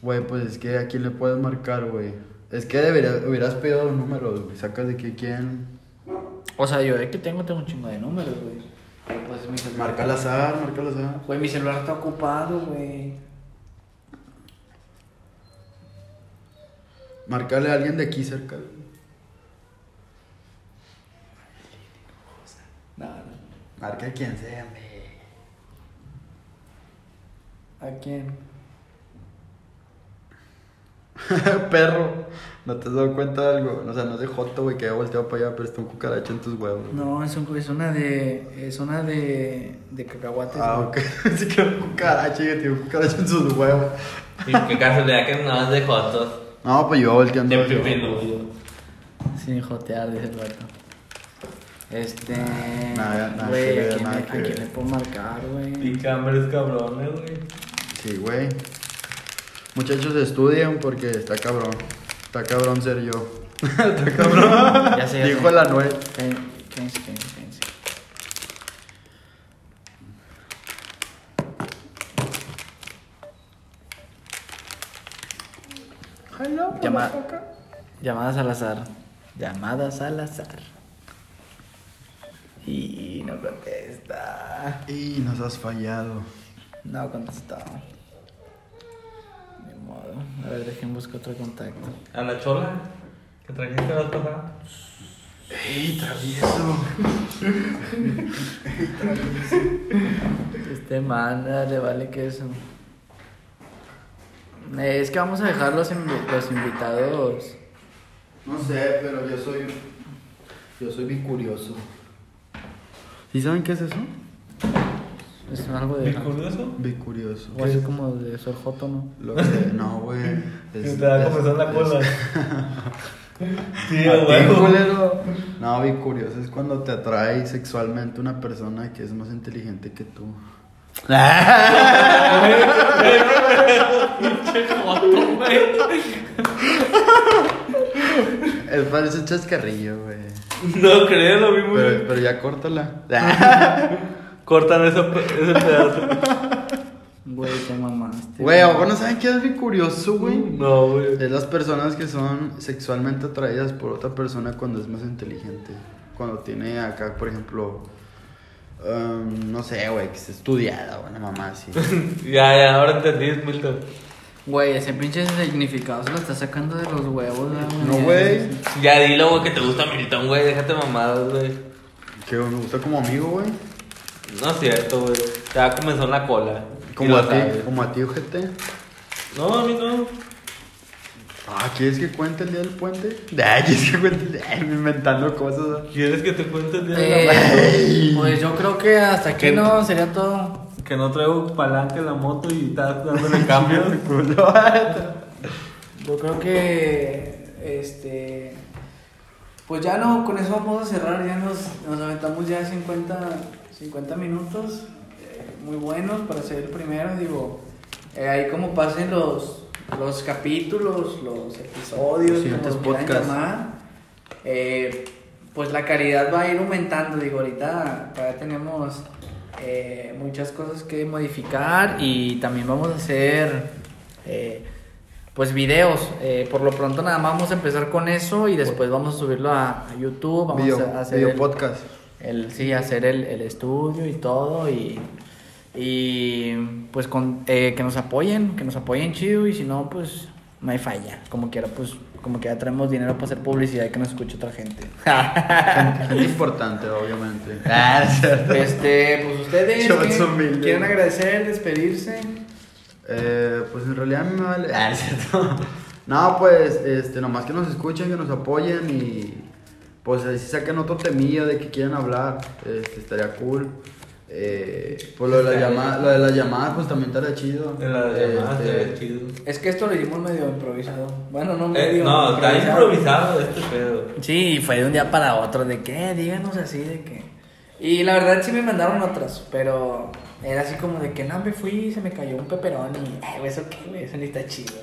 [SPEAKER 3] Güey, pues es que a quién le puedes marcar, güey. Es que debería- hubieras pedido los números, güey. Sacas de que quién.
[SPEAKER 1] O sea, yo de que tengo, tengo un chingo de números, güey. Pues mi celular-
[SPEAKER 3] Marca al azar, marca al azar.
[SPEAKER 1] Güey, mi celular está ocupado, güey.
[SPEAKER 3] Marcarle a alguien de aquí cerca. güey.
[SPEAKER 1] Nada, no.
[SPEAKER 3] Marca a quien sea, güey.
[SPEAKER 1] ¿A quién?
[SPEAKER 3] Perro, ¿no te has dado cuenta de algo? O sea, no es de Joto, güey, que haya volteado para allá, pero está un cucaracho en tus huevos.
[SPEAKER 1] No, es, un- es una de. Es una de. De cacahuates.
[SPEAKER 3] Ah,
[SPEAKER 1] güey.
[SPEAKER 3] ok. Sí que era un cucaracho, yo tenía un cucaracho en sus huevos.
[SPEAKER 2] Y qué casualidad que no es de Jotos.
[SPEAKER 3] No, pues yo volteando.
[SPEAKER 2] De
[SPEAKER 3] yo.
[SPEAKER 2] Pipiludo.
[SPEAKER 1] Sin jotear, dice el vato. Este.
[SPEAKER 3] Nada, nada que
[SPEAKER 1] Güey,
[SPEAKER 3] ver,
[SPEAKER 1] ¿a quién,
[SPEAKER 3] nada
[SPEAKER 1] le-
[SPEAKER 3] que
[SPEAKER 1] a quién
[SPEAKER 3] ver.
[SPEAKER 1] le puedo marcar, güey?
[SPEAKER 2] Y cámaras cabrones, eh, güey.
[SPEAKER 3] Sí, güey. Muchachos, estudian porque está cabrón. Está cabrón ser yo. está cabrón.
[SPEAKER 1] Ya sé, ya
[SPEAKER 3] Dijo
[SPEAKER 1] sé.
[SPEAKER 3] el Anuel.
[SPEAKER 1] Pen- Piense, piense, piense. Llama- Llamadas al azar. Llamadas al azar. Y no contesta.
[SPEAKER 3] Y nos has fallado.
[SPEAKER 1] No contestó. Ni modo. A ver, dejen buscar otro contacto.
[SPEAKER 2] A la chola que trajiste la vez pasada.
[SPEAKER 3] Ey, travieso.
[SPEAKER 1] Este man, ah, le vale que eso. Eh, es que vamos a dejar los, invi- los invitados.
[SPEAKER 3] No sé, pero yo soy. Yo soy bien curioso. ¿Y saben qué es eso?
[SPEAKER 1] Es algo de.
[SPEAKER 2] ¿Bien curioso?
[SPEAKER 3] Bicurioso.
[SPEAKER 1] O así como de Sor Joto, ¿no?
[SPEAKER 3] Lo sé, no, güey.
[SPEAKER 2] Se te va a comenzar la cola.
[SPEAKER 3] Tío,
[SPEAKER 2] Tío, güey.
[SPEAKER 3] No, bicurioso es cuando te atrae sexualmente una persona que es más inteligente que tú. Es parece un chascarrillo, güey.
[SPEAKER 2] No creo, lo vi muy
[SPEAKER 3] Pero,
[SPEAKER 2] bien.
[SPEAKER 3] pero ya córtala.
[SPEAKER 2] Cortan ese, pe- ese pedazo.
[SPEAKER 1] Güey, te mamaste.
[SPEAKER 3] Güey, ¿a poco no saben qué es bicurioso, güey?
[SPEAKER 2] No, güey.
[SPEAKER 3] Es las personas que son sexualmente atraídas por otra persona cuando es más inteligente. Cuando tiene acá, por ejemplo, em, no sé, güey, que es estudiada, una mamá así.
[SPEAKER 2] Ya, ya, ahora entendí, Milton.
[SPEAKER 1] Güey, ese pinche significado se lo está sacando de los huevos. la
[SPEAKER 3] No,
[SPEAKER 1] mañana.
[SPEAKER 3] güey.
[SPEAKER 2] Ya dilo, güey, que te gusta Milton, güey. Déjate mamadas, güey.
[SPEAKER 3] Que me gusta como amigo, güey.
[SPEAKER 2] No es cierto, güey. Te va a comenzar la cola. Y
[SPEAKER 3] Como
[SPEAKER 2] lo
[SPEAKER 3] a ti,
[SPEAKER 2] sabes.
[SPEAKER 3] como a ti, ojete.
[SPEAKER 2] No, a mí no.
[SPEAKER 3] Ah, ¿quieres que cuente el día del puente? Ay, ¿quieres que cuente el día? Ay, inventando cosas.
[SPEAKER 2] ¿Quieres que te cuente el día de la
[SPEAKER 1] Eh, pues yo creo que hasta aquí
[SPEAKER 2] ¿Qué?
[SPEAKER 1] no sería todo.
[SPEAKER 2] madre? Que no traigo palanca en la moto y estás dándole cambios.
[SPEAKER 3] Culo.
[SPEAKER 1] Yo creo que. Este. Pues ya no, con eso vamos a cerrar. Ya nos, nos aventamos ya 50, 50 minutos. eh, muy buenos para ser el primero. Digo, eh, ahí como pasen los, los capítulos, los episodios,
[SPEAKER 3] Los siguientes
[SPEAKER 1] como lo quieran
[SPEAKER 3] podcasts.
[SPEAKER 1] llamar, eh, pues la calidad va a ir aumentando. Digo, ahorita todavía tenemos eh, muchas cosas que modificar y también vamos a hacer. eh, pues videos, Eh, por lo pronto nada más vamos a empezar con eso y después vamos a subirlo a, a YouTube, vamos
[SPEAKER 3] Video,
[SPEAKER 1] a hacer
[SPEAKER 3] video
[SPEAKER 1] el-
[SPEAKER 3] podcast.
[SPEAKER 1] el sí hacer el, el estudio y todo y y pues con eh, que nos apoyen que nos apoyen chido y si no pues no hay falla como quiera pues como quiera traemos dinero para hacer publicidad y que nos escuche otra gente
[SPEAKER 3] Gente importante, obviamente. Ah, es cierto.
[SPEAKER 1] este pues ustedes
[SPEAKER 3] Yo
[SPEAKER 1] ¿qué?
[SPEAKER 3] soy humilde.
[SPEAKER 1] quieren agradecer despedirse
[SPEAKER 3] Eh, pues en realidad a mí me vale. Ah, es cierto. No, pues, este, nomás que nos escuchen, que nos apoyen y. Pues ahí si sacan otro temillo de que quieran hablar, este, estaría cool. Eh, pues lo de las
[SPEAKER 2] Estaría-
[SPEAKER 3] llamadas, lo de las llamadas, pues también estaría chido.
[SPEAKER 2] En la
[SPEAKER 3] Este,
[SPEAKER 2] llamada, estaría chido.
[SPEAKER 1] es que esto lo hicimos medio improvisado bueno no
[SPEAKER 2] Eh,
[SPEAKER 1] medio
[SPEAKER 2] no, está improvisado este pedo.
[SPEAKER 1] Sí, fue de un día para otro, de que "Eh, díganos así, de que... Y la verdad sí me mandaron otras, pero era así como de que no, me fui y se me cayó un peperón y... Ay, güey, eso qué, güey, eso ni está chido.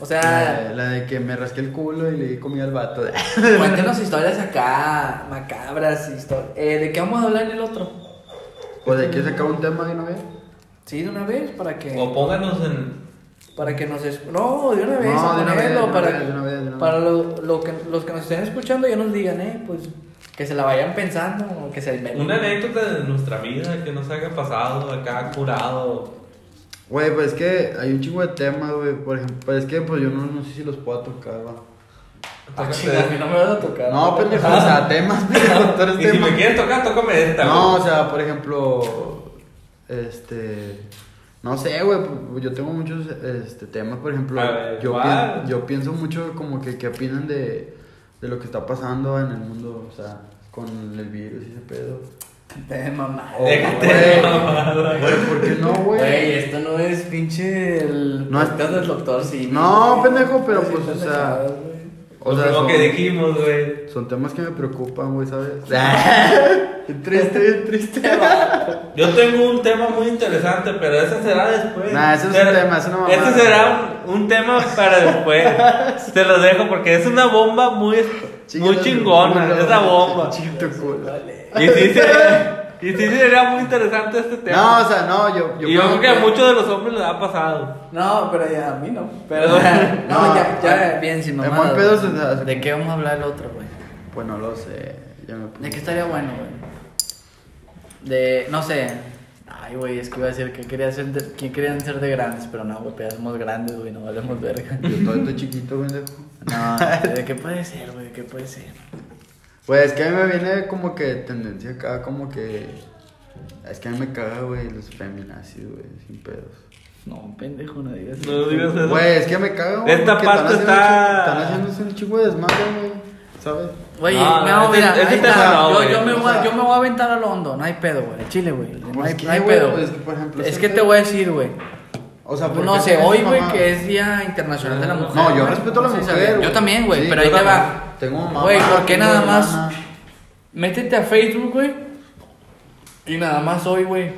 [SPEAKER 1] O
[SPEAKER 3] La, de-
[SPEAKER 1] sea,
[SPEAKER 3] la de que me rasqué el culo y le di comida al vato.
[SPEAKER 1] cuéntenos historias acá, macabras, historias... ¿De qué vamos a hablar en el otro?
[SPEAKER 3] Pues de que sacar un tema que no ve.
[SPEAKER 1] Sí, de una vez, para
[SPEAKER 2] O
[SPEAKER 3] Oh.
[SPEAKER 1] que...
[SPEAKER 2] pónganos en.
[SPEAKER 1] Para que nos... es- No, de una vez,
[SPEAKER 3] No,
[SPEAKER 1] a
[SPEAKER 3] de una vez,
[SPEAKER 1] ponerlo,
[SPEAKER 3] de una
[SPEAKER 1] para,
[SPEAKER 3] vez, de una vez, de una
[SPEAKER 1] para
[SPEAKER 3] vez.
[SPEAKER 1] lo- lo que, los que nos estén escuchando ya nos digan, eh, pues... Que se la vayan pensando o que se inventen.
[SPEAKER 2] Una anécdota de nuestra vida que nos haya pasado acá curado.
[SPEAKER 3] Güey, pues es que hay un chingo de temas, güey. Por ejemplo, pues es que pues yo no, no sé si los puedo tocar, va.
[SPEAKER 1] Ah, chinga, a mí no me vas a tocar. Ah.
[SPEAKER 3] No, pendejo, o sea, temas, pendejo, tú eres
[SPEAKER 2] Y si
[SPEAKER 3] tema.
[SPEAKER 2] me quieres tocar, tócame esta.
[SPEAKER 3] este No,
[SPEAKER 2] güey.
[SPEAKER 3] o sea, por ejemplo, este. No sé, güey, pues, yo tengo muchos este, temas, por ejemplo,
[SPEAKER 2] A ver,
[SPEAKER 3] yo,
[SPEAKER 2] ¿cuál?
[SPEAKER 3] pien- yo pienso mucho como que qué opinan de, de lo que está pasando en el mundo, o sea, con el virus y ese pedo.
[SPEAKER 1] Te mamá.
[SPEAKER 3] O,
[SPEAKER 2] Déjate de
[SPEAKER 3] Oh, güey,
[SPEAKER 2] mamadas.
[SPEAKER 3] güey, ¿por qué no,
[SPEAKER 1] Güey, esto no es pinche el
[SPEAKER 3] No es-
[SPEAKER 1] podcast del doctor, sí.
[SPEAKER 3] No, pendejo, pero pues, o sea,
[SPEAKER 2] Lo primero
[SPEAKER 3] son,
[SPEAKER 2] que dijimos, güey.
[SPEAKER 3] son temas que me preocupan, güey, ¿sabes? Qué
[SPEAKER 2] Ah.
[SPEAKER 3] triste, qué triste.
[SPEAKER 2] Yo tengo un tema muy interesante, pero ese será después.
[SPEAKER 3] Nah, ese no es
[SPEAKER 2] Será-
[SPEAKER 3] un tema, es una mamada.
[SPEAKER 2] Ese será un, un tema para después. Te lo dejo porque es una bomba muy, muy chingona, esa bomba.
[SPEAKER 3] Chito culo.
[SPEAKER 2] Y sí, sería, y sí sería muy interesante este tema.
[SPEAKER 3] No, o sea, no, yo.
[SPEAKER 2] y yo creo que a
[SPEAKER 3] mucho
[SPEAKER 2] muchos de los hombres les ha pasado.
[SPEAKER 1] No, pero ya a mí no. Pero no,
[SPEAKER 3] No,
[SPEAKER 1] ya, ya, bien, sin
[SPEAKER 3] en
[SPEAKER 1] mamá.
[SPEAKER 3] buen pedo se- se-
[SPEAKER 1] ¿De qué vamos a hablar el otro, güey?
[SPEAKER 3] Pues no lo sé. Ya me puse-
[SPEAKER 1] ¿De qué estaría bueno, güey? De, no sé. Ay, güey, es que iba a decir que quería ser de, que querían ser de grandes, pero no, güey, pedazos grandes, güey, no valemos verga.
[SPEAKER 3] Yo todavía estoy chiquito, pendejo.
[SPEAKER 1] No, ¿de qué puede ser, güey? ¿De qué puede ser?
[SPEAKER 3] Pues es que a mí me viene como que tendencia acá, como que. Es que a mí me caga, güey, los feminazis, güey, sin pedos.
[SPEAKER 1] No, pendejo, no digas eso.
[SPEAKER 2] No digas eso.
[SPEAKER 3] Güey, es que me caga, güey.
[SPEAKER 2] Esta
[SPEAKER 3] porque
[SPEAKER 2] parte
[SPEAKER 3] haciendo
[SPEAKER 2] está-
[SPEAKER 3] un chi- Están haciéndose un chingo de desmadre, güey. ¿Sabes?
[SPEAKER 1] Güey,
[SPEAKER 2] No,
[SPEAKER 1] no,
[SPEAKER 2] no, ese-
[SPEAKER 1] mira,
[SPEAKER 2] ese
[SPEAKER 1] ahí
[SPEAKER 2] tema
[SPEAKER 1] está.
[SPEAKER 2] no,
[SPEAKER 1] yo,
[SPEAKER 2] güey.
[SPEAKER 1] yo me
[SPEAKER 3] O
[SPEAKER 1] voy,
[SPEAKER 3] sea-
[SPEAKER 1] yo me voy a aventar a lo hondo, no hay pedo, güey, al chile, güey, no
[SPEAKER 3] Pues
[SPEAKER 1] hay,
[SPEAKER 3] qué,
[SPEAKER 1] no hay
[SPEAKER 3] güey,
[SPEAKER 1] pedo.
[SPEAKER 3] pues, por ejemplo,
[SPEAKER 1] es
[SPEAKER 3] ese
[SPEAKER 1] que te
[SPEAKER 3] pedo-
[SPEAKER 1] voy a decir, güey,
[SPEAKER 3] O sea, ¿por
[SPEAKER 1] no
[SPEAKER 3] qué
[SPEAKER 1] sé,
[SPEAKER 3] hacen
[SPEAKER 1] hoy,
[SPEAKER 3] esas
[SPEAKER 1] güey,
[SPEAKER 3] mamadas?
[SPEAKER 1] que es Día Internacional de la Mujer.
[SPEAKER 3] No, yo
[SPEAKER 1] güey,
[SPEAKER 3] respeto a la
[SPEAKER 1] sí,
[SPEAKER 3] mujer.
[SPEAKER 1] Yo
[SPEAKER 3] güey.
[SPEAKER 1] también, güey,
[SPEAKER 3] Sí,
[SPEAKER 1] pero
[SPEAKER 3] yo
[SPEAKER 1] ahí te
[SPEAKER 3] también.
[SPEAKER 1] va.
[SPEAKER 3] Tengo mamá.
[SPEAKER 1] Güey, ¿por qué
[SPEAKER 3] tengo
[SPEAKER 1] nada más?
[SPEAKER 3] hermana.
[SPEAKER 1] Métete a Facebook, güey. Y nada más hoy, güey.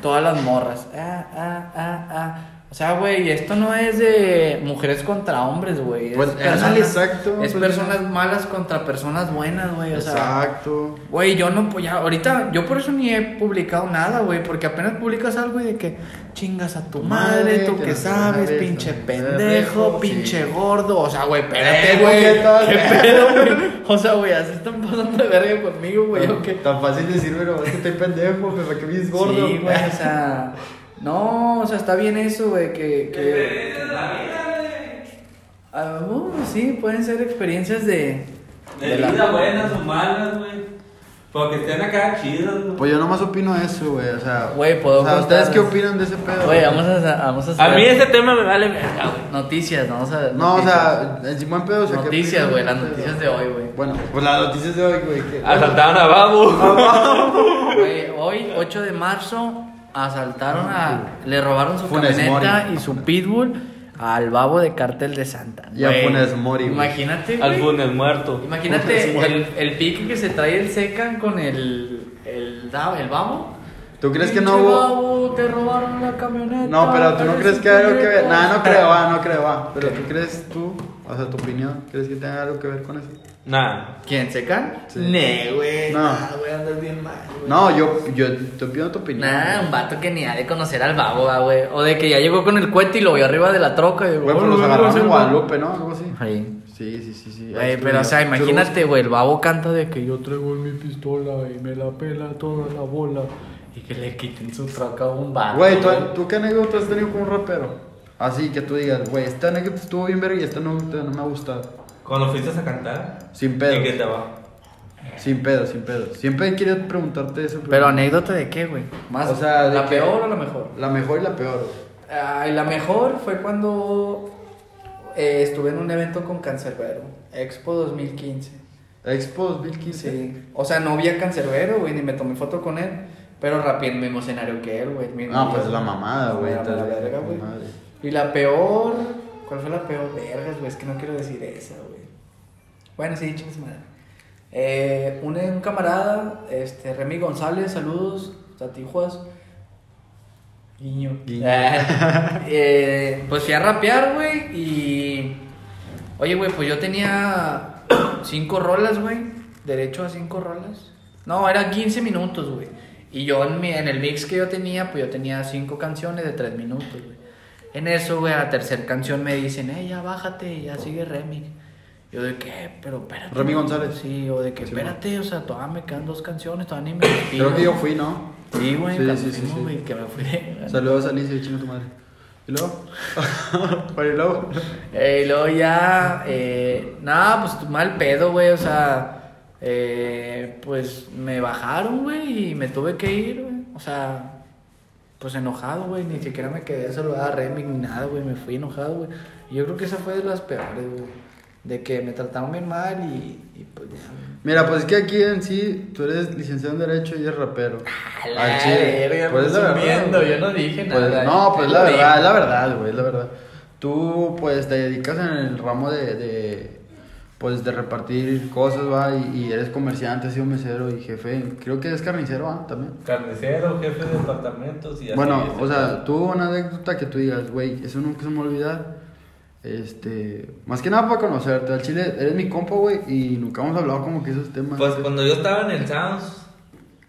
[SPEAKER 1] Todas las morras. Ah, ah, ah, ah. O sea, güey, esto no es de mujeres contra hombres, güey. Es
[SPEAKER 3] Pues, ándale, exacto,
[SPEAKER 1] Es
[SPEAKER 3] pues,
[SPEAKER 1] personas malas contra personas buenas, güey. O sea,
[SPEAKER 3] Exacto.
[SPEAKER 1] Güey, yo no, pues ya, ahorita, yo por eso ni he publicado nada, güey, porque apenas publicas algo y de que chingas a tu madre,
[SPEAKER 3] Madre,
[SPEAKER 1] tú
[SPEAKER 3] que
[SPEAKER 1] que
[SPEAKER 3] no
[SPEAKER 1] sabes,
[SPEAKER 3] sabes,
[SPEAKER 1] pinche
[SPEAKER 3] no
[SPEAKER 1] pendejo,
[SPEAKER 3] sabes,
[SPEAKER 1] pinche
[SPEAKER 3] sí.
[SPEAKER 1] gordo, o sea, güey,
[SPEAKER 3] Eh,
[SPEAKER 1] espérate,
[SPEAKER 3] ¿qué tal?
[SPEAKER 1] güey, qué pedo, güey, o sea, güey, así están pasando de verga conmigo, güey, o qué?
[SPEAKER 3] Tan fácil decir, pero es que estoy pendejo, pero que me dices gordo.
[SPEAKER 1] Sí, güey, o sea, No, o sea, está bien eso, güey, que... que...
[SPEAKER 2] Experiencias de la vida, güey.
[SPEAKER 1] Ah, uh, sí, pueden ser experiencias de...
[SPEAKER 2] De,
[SPEAKER 1] de la-
[SPEAKER 2] vida buenas o malas, güey. Porque estén acá chidas, güey.
[SPEAKER 3] Pues yo nomás opino eso, güey. O sea,
[SPEAKER 1] Güey, puedo
[SPEAKER 3] o sea,
[SPEAKER 1] contar-
[SPEAKER 3] ¿ustedes qué opinan de ese pedo?
[SPEAKER 1] Güey, vamos a... Vamos a,
[SPEAKER 2] A mí
[SPEAKER 1] hacer
[SPEAKER 2] ese tema me vale verga, güey.
[SPEAKER 1] Noticias, ¿no? O sea,
[SPEAKER 3] No, o
[SPEAKER 1] noticias.
[SPEAKER 3] sea, encima en pedo, o sea, ¿qué
[SPEAKER 1] Noticias,
[SPEAKER 3] opinan
[SPEAKER 1] güey,
[SPEAKER 3] de
[SPEAKER 1] las
[SPEAKER 3] ese
[SPEAKER 1] noticias de
[SPEAKER 3] pedo?
[SPEAKER 1] hoy, güey.
[SPEAKER 3] Bueno, pues las noticias de hoy, güey. que-
[SPEAKER 2] Asaltaron a Babu.
[SPEAKER 1] Güey, hoy, 8 de marzo, asaltaron a. Le robaron su
[SPEAKER 3] Ah, Funes
[SPEAKER 1] camioneta
[SPEAKER 3] Mori.
[SPEAKER 1] y su pitbull al babo de Cartel de Santa.
[SPEAKER 3] Y a
[SPEAKER 1] Güey,
[SPEAKER 3] Funes Mori, güey.
[SPEAKER 1] Imagínate.
[SPEAKER 2] Al
[SPEAKER 1] güey.
[SPEAKER 2] Funes muerto.
[SPEAKER 1] Imagínate
[SPEAKER 3] Funes Mori.
[SPEAKER 1] el, el pique que se trae el Secan con el. El, da- el babo.
[SPEAKER 3] ¿Tú crees que
[SPEAKER 1] Pinche
[SPEAKER 3] no hubo-
[SPEAKER 1] Babo, te robaron la camioneta.
[SPEAKER 3] No, pero tú no
[SPEAKER 1] eres
[SPEAKER 3] crees
[SPEAKER 1] un
[SPEAKER 3] que hay algo que ver.
[SPEAKER 1] pendejo.
[SPEAKER 3] Nah, no creo, ah, no creo, ah. Pero tú crees tú, o sea, tu opinión, ¿crees que tenga algo que ver con eso?
[SPEAKER 2] Nah.
[SPEAKER 1] ¿Quién, Secan?
[SPEAKER 3] Sí.
[SPEAKER 1] Nee, güey.
[SPEAKER 3] No.
[SPEAKER 1] nah, güey, andas bien mal, güey.
[SPEAKER 3] No, yo, yo te pido tu opinión.
[SPEAKER 1] Nada, un vato que ni ha de conocer al babo, ah, güey. O de que ya llegó con el cohete y lo vio arriba de la troca. Y,
[SPEAKER 3] Güey, pues los agarraron en Guadalupe, ¿no? Algo así.
[SPEAKER 1] Sí.
[SPEAKER 3] Sí, sí, sí, sí.
[SPEAKER 1] Güey,
[SPEAKER 3] Ahí
[SPEAKER 1] pero o sea,
[SPEAKER 3] estuvo.
[SPEAKER 1] imagínate, güey, el babo canta de que yo traigo mi pistola y me la pela toda la bola. Y que le quiten su troca a un vato.
[SPEAKER 3] Güey, ¿tú, ¿tú qué anécdota has tenido con un rapero? Así que tú digas, güey, esta anécdota estuvo bien verga y esta no, no me ha gustado.
[SPEAKER 2] Cuando fuiste a cantar.
[SPEAKER 3] Sin pedo.
[SPEAKER 2] ¿Y qué te va?
[SPEAKER 3] Sin pedo, sin pedo. Siempre he querido preguntarte eso.
[SPEAKER 1] Pero anécdota de qué, güey? Más
[SPEAKER 3] O sea, de
[SPEAKER 1] la
[SPEAKER 3] que-
[SPEAKER 1] peor o la mejor?
[SPEAKER 3] La mejor y la peor. güey.
[SPEAKER 1] Ay, la mejor fue cuando eh, estuve en un evento con Cancerbero, Expo 2015.
[SPEAKER 3] Expo 2015.
[SPEAKER 1] Sí. O sea, no vi a Cancerbero, güey, ni me tomé foto con él. Pero rapeé en el mismo escenario que él, güey. mismo
[SPEAKER 3] No,
[SPEAKER 1] día,
[SPEAKER 3] pues la mamada,
[SPEAKER 1] Me
[SPEAKER 3] güey.
[SPEAKER 1] la
[SPEAKER 3] entonces,
[SPEAKER 1] verga, güey.
[SPEAKER 3] madre.
[SPEAKER 1] Y la peor. ¿Cuál fue la peor? Vergas, güey. Es que no quiero decir esa, güey. Bueno, sí, chingas madre. Eh, un, un camarada, este, Remy González, saludos, Tatijuas. Guiño.
[SPEAKER 3] Guiño.
[SPEAKER 1] Eh, pues fui a rapear, güey, y. Oye, güey, pues yo tenía cinco rolas, güey. Derecho a cinco rolas. No, eran 15 minutos, güey. Y yo en, mi- en el mix que yo tenía, pues yo tenía cinco canciones de tres minutos, güey. En eso, güey, a la tercera canción me dicen, eh, ya bájate, ya sigue remix. Yo de qué, pero espérate.
[SPEAKER 3] Remy
[SPEAKER 1] ¿no?
[SPEAKER 3] González.
[SPEAKER 1] Sí, o de que
[SPEAKER 3] Sí,
[SPEAKER 1] espérate, o sea, todavía me quedan dos canciones, todavía ni me despido.
[SPEAKER 3] Creo que yo fui, ¿no?
[SPEAKER 1] Sí, güey,
[SPEAKER 3] Sí,
[SPEAKER 1] cuando
[SPEAKER 3] sí, sí,
[SPEAKER 1] fuimos,
[SPEAKER 3] sí.
[SPEAKER 1] güey, que me fui de-
[SPEAKER 3] Saludos a Alicia, chinga tu madre. ¿Y luego? ¿Para y luego?
[SPEAKER 1] Eh, y luego ya, eh, nada, pues tu mal pedo, güey, o sea, eh, pues me bajaron, güey, y me tuve que ir, güey, o sea, pues enojado, güey, ni siquiera me quedé a saludar a Remy ni nada, güey, me fui enojado, güey. Y Yo creo que esa fue de las peores, güey, de que me trataron bien mal y, y pues ya. güey.
[SPEAKER 3] Mira, pues es que aquí en sí, tú eres licenciado en Derecho y eres rapero. Al chile.
[SPEAKER 1] verga,
[SPEAKER 3] Pues es la verdad,
[SPEAKER 1] presumiendo,
[SPEAKER 3] güey.
[SPEAKER 1] yo no dije
[SPEAKER 3] Pues,
[SPEAKER 1] nada. ¿eh?
[SPEAKER 2] este,
[SPEAKER 3] no, pues
[SPEAKER 1] Yo
[SPEAKER 3] la
[SPEAKER 1] dije.
[SPEAKER 3] verdad, es la verdad, güey, es la verdad. Tú, pues, te dedicas en el ramo de, de, pues, de repartir cosas, va, y, y eres comerciante, has sido mesero y jefe. Creo que eres carnicero, va, también.
[SPEAKER 2] Carnicero, jefe de departamentos y así.
[SPEAKER 3] Bueno, o sea, tú una anécdota que tú digas, güey, eso nunca se me va a olvidar. Este, más que nada para conocerte. Al chile, eres mi compa, güey, y nunca hemos hablado como que esos temas.
[SPEAKER 2] Pues cuando yo estaba en el Sounds,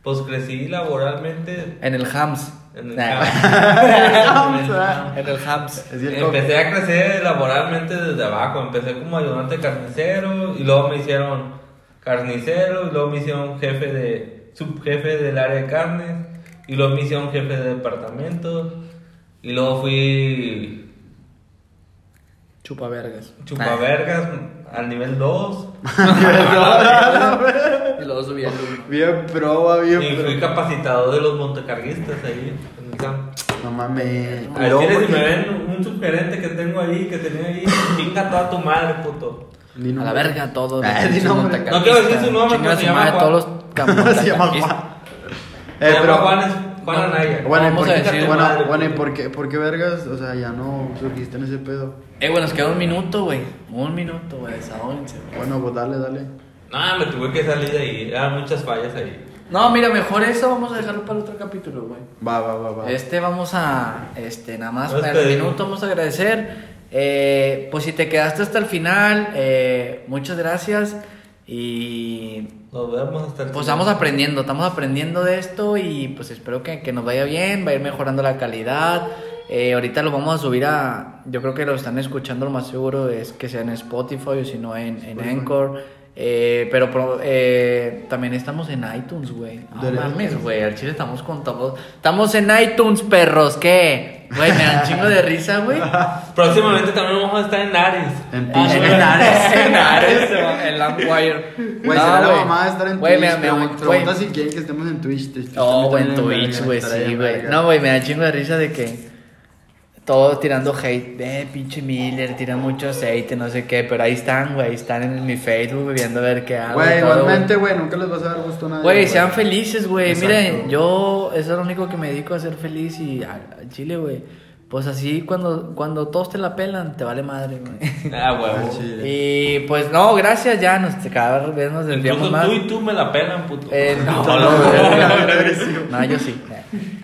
[SPEAKER 2] pues crecí laboralmente
[SPEAKER 1] En el Hams.
[SPEAKER 2] en el
[SPEAKER 1] Nah.
[SPEAKER 2] Sounds.
[SPEAKER 1] En el Hams.
[SPEAKER 3] Es cierto.
[SPEAKER 2] pues, Empecé a crecer laboralmente desde abajo. Empecé como ayudante carnicero y luego me hicieron carnicero y luego me hicieron jefe de subjefe del área de carnes y luego me hicieron jefe de departamento y luego fui
[SPEAKER 1] Chupa vergas.
[SPEAKER 2] chupavergas al nivel 2
[SPEAKER 1] Y luego subí al uno.
[SPEAKER 3] Bien pro, va, bien
[SPEAKER 2] y
[SPEAKER 3] pro.
[SPEAKER 2] fui capacitador de los montecarguistas ahí en el campo.
[SPEAKER 3] No mames.
[SPEAKER 2] Al
[SPEAKER 3] Luego,
[SPEAKER 2] chile, si
[SPEAKER 3] porque-
[SPEAKER 2] me ven un subgerente que tengo ahí, que tenía ahí, chinga toda tu madre, puto.
[SPEAKER 3] Ni
[SPEAKER 1] A la
[SPEAKER 3] nombre.
[SPEAKER 1] verga todo.
[SPEAKER 3] Ah, di nombre.
[SPEAKER 2] No quiero decir su nombre, pero se llama
[SPEAKER 1] todos
[SPEAKER 2] Juan.
[SPEAKER 1] los
[SPEAKER 3] Se llama
[SPEAKER 1] montacarguistas.
[SPEAKER 3] Juan.
[SPEAKER 2] Se
[SPEAKER 3] Eh,
[SPEAKER 2] llama
[SPEAKER 3] pero.
[SPEAKER 2] Juan, es- Juan Anaya.
[SPEAKER 3] Bueno, ¿y
[SPEAKER 1] Vamos a
[SPEAKER 3] por qué,
[SPEAKER 1] decir-
[SPEAKER 3] bueno, bueno, ¿y por qué, por qué vergas? O sea, ya no surgiste en ese pedo.
[SPEAKER 1] Eh, bueno, nos queda un minuto, güey. Un minuto, güey. Desahóguense, güey.
[SPEAKER 3] Bueno, pues dale, dale.
[SPEAKER 2] No, me tuve que salir de ahí. Eran muchas fallas ahí.
[SPEAKER 1] No, mira, mejor eso vamos a dejarlo para el otro capítulo, güey.
[SPEAKER 3] Va, va, va, va.
[SPEAKER 1] Este vamos a, este, nada más
[SPEAKER 2] Nos
[SPEAKER 1] para el
[SPEAKER 2] despedimos.
[SPEAKER 1] minuto vamos a agradecer. Eh, pues si te quedaste hasta el final, eh, muchas gracias. Y
[SPEAKER 2] Nos vemos hasta el
[SPEAKER 1] pues vamos aprendiendo, estamos aprendiendo de esto y pues espero que, que nos vaya bien, va a ir mejorando la calidad. Eh, ahorita lo vamos a subir a, yo creo que lo están escuchando lo más seguro es que sea en Spotify o si no en, en
[SPEAKER 3] Spotify.
[SPEAKER 1] Anchor, Eh, pero pro- eh, también estamos en iTunes, güey. No
[SPEAKER 3] Dale.
[SPEAKER 1] mames, güey. Al chile estamos con todos. Estamos en iTunes, perros. ¿Qué? Güey, me dan chingo de risa, güey.
[SPEAKER 2] Próximamente también vamos a estar en Ares.
[SPEAKER 3] En
[SPEAKER 1] Ah,
[SPEAKER 3] Twitch.
[SPEAKER 1] En Ares, en Ares, el Lampwire.
[SPEAKER 3] Güey, será la mamá de estar en
[SPEAKER 1] Güey, me-
[SPEAKER 3] Twitch.
[SPEAKER 1] me-
[SPEAKER 3] Pero
[SPEAKER 1] güey.
[SPEAKER 3] pregunta si quieren que estemos en Twitch. te-
[SPEAKER 1] No, güey, en
[SPEAKER 3] también en
[SPEAKER 1] Twitch,
[SPEAKER 3] verga,
[SPEAKER 1] güey,
[SPEAKER 3] estaría
[SPEAKER 1] sí,
[SPEAKER 3] en
[SPEAKER 1] güey.
[SPEAKER 3] verga.
[SPEAKER 1] No, güey, me da chingo de risa de que. Todos tirando hate, eh, pinche Miller, tira mucho aceite, no sé qué, pero ahí están, güey, ahí están en mi Facebook güey, viendo a ver qué hago.
[SPEAKER 3] Güey,
[SPEAKER 1] y todo,
[SPEAKER 3] igualmente, güey, nunca les vas a dar gusto a nadie.
[SPEAKER 1] Güey, sean felices, güey.
[SPEAKER 3] Exacto.
[SPEAKER 1] Miren, yo eso es lo único que me dedico a ser feliz y a, a Chile, güey. Pues así cuando, cuando todos te la pelan, te vale madre, güey.
[SPEAKER 2] Ah,
[SPEAKER 3] Ah,
[SPEAKER 2] huevo.
[SPEAKER 3] sí.
[SPEAKER 1] Y pues no, gracias, ya nos cada vez nos desviamos
[SPEAKER 2] Incluso
[SPEAKER 1] más.
[SPEAKER 2] tú y tú me la pelan, puto.
[SPEAKER 1] Eh, no,
[SPEAKER 3] No,
[SPEAKER 1] no,
[SPEAKER 3] güey,
[SPEAKER 1] no,
[SPEAKER 3] agresivo.
[SPEAKER 1] no, yo sí.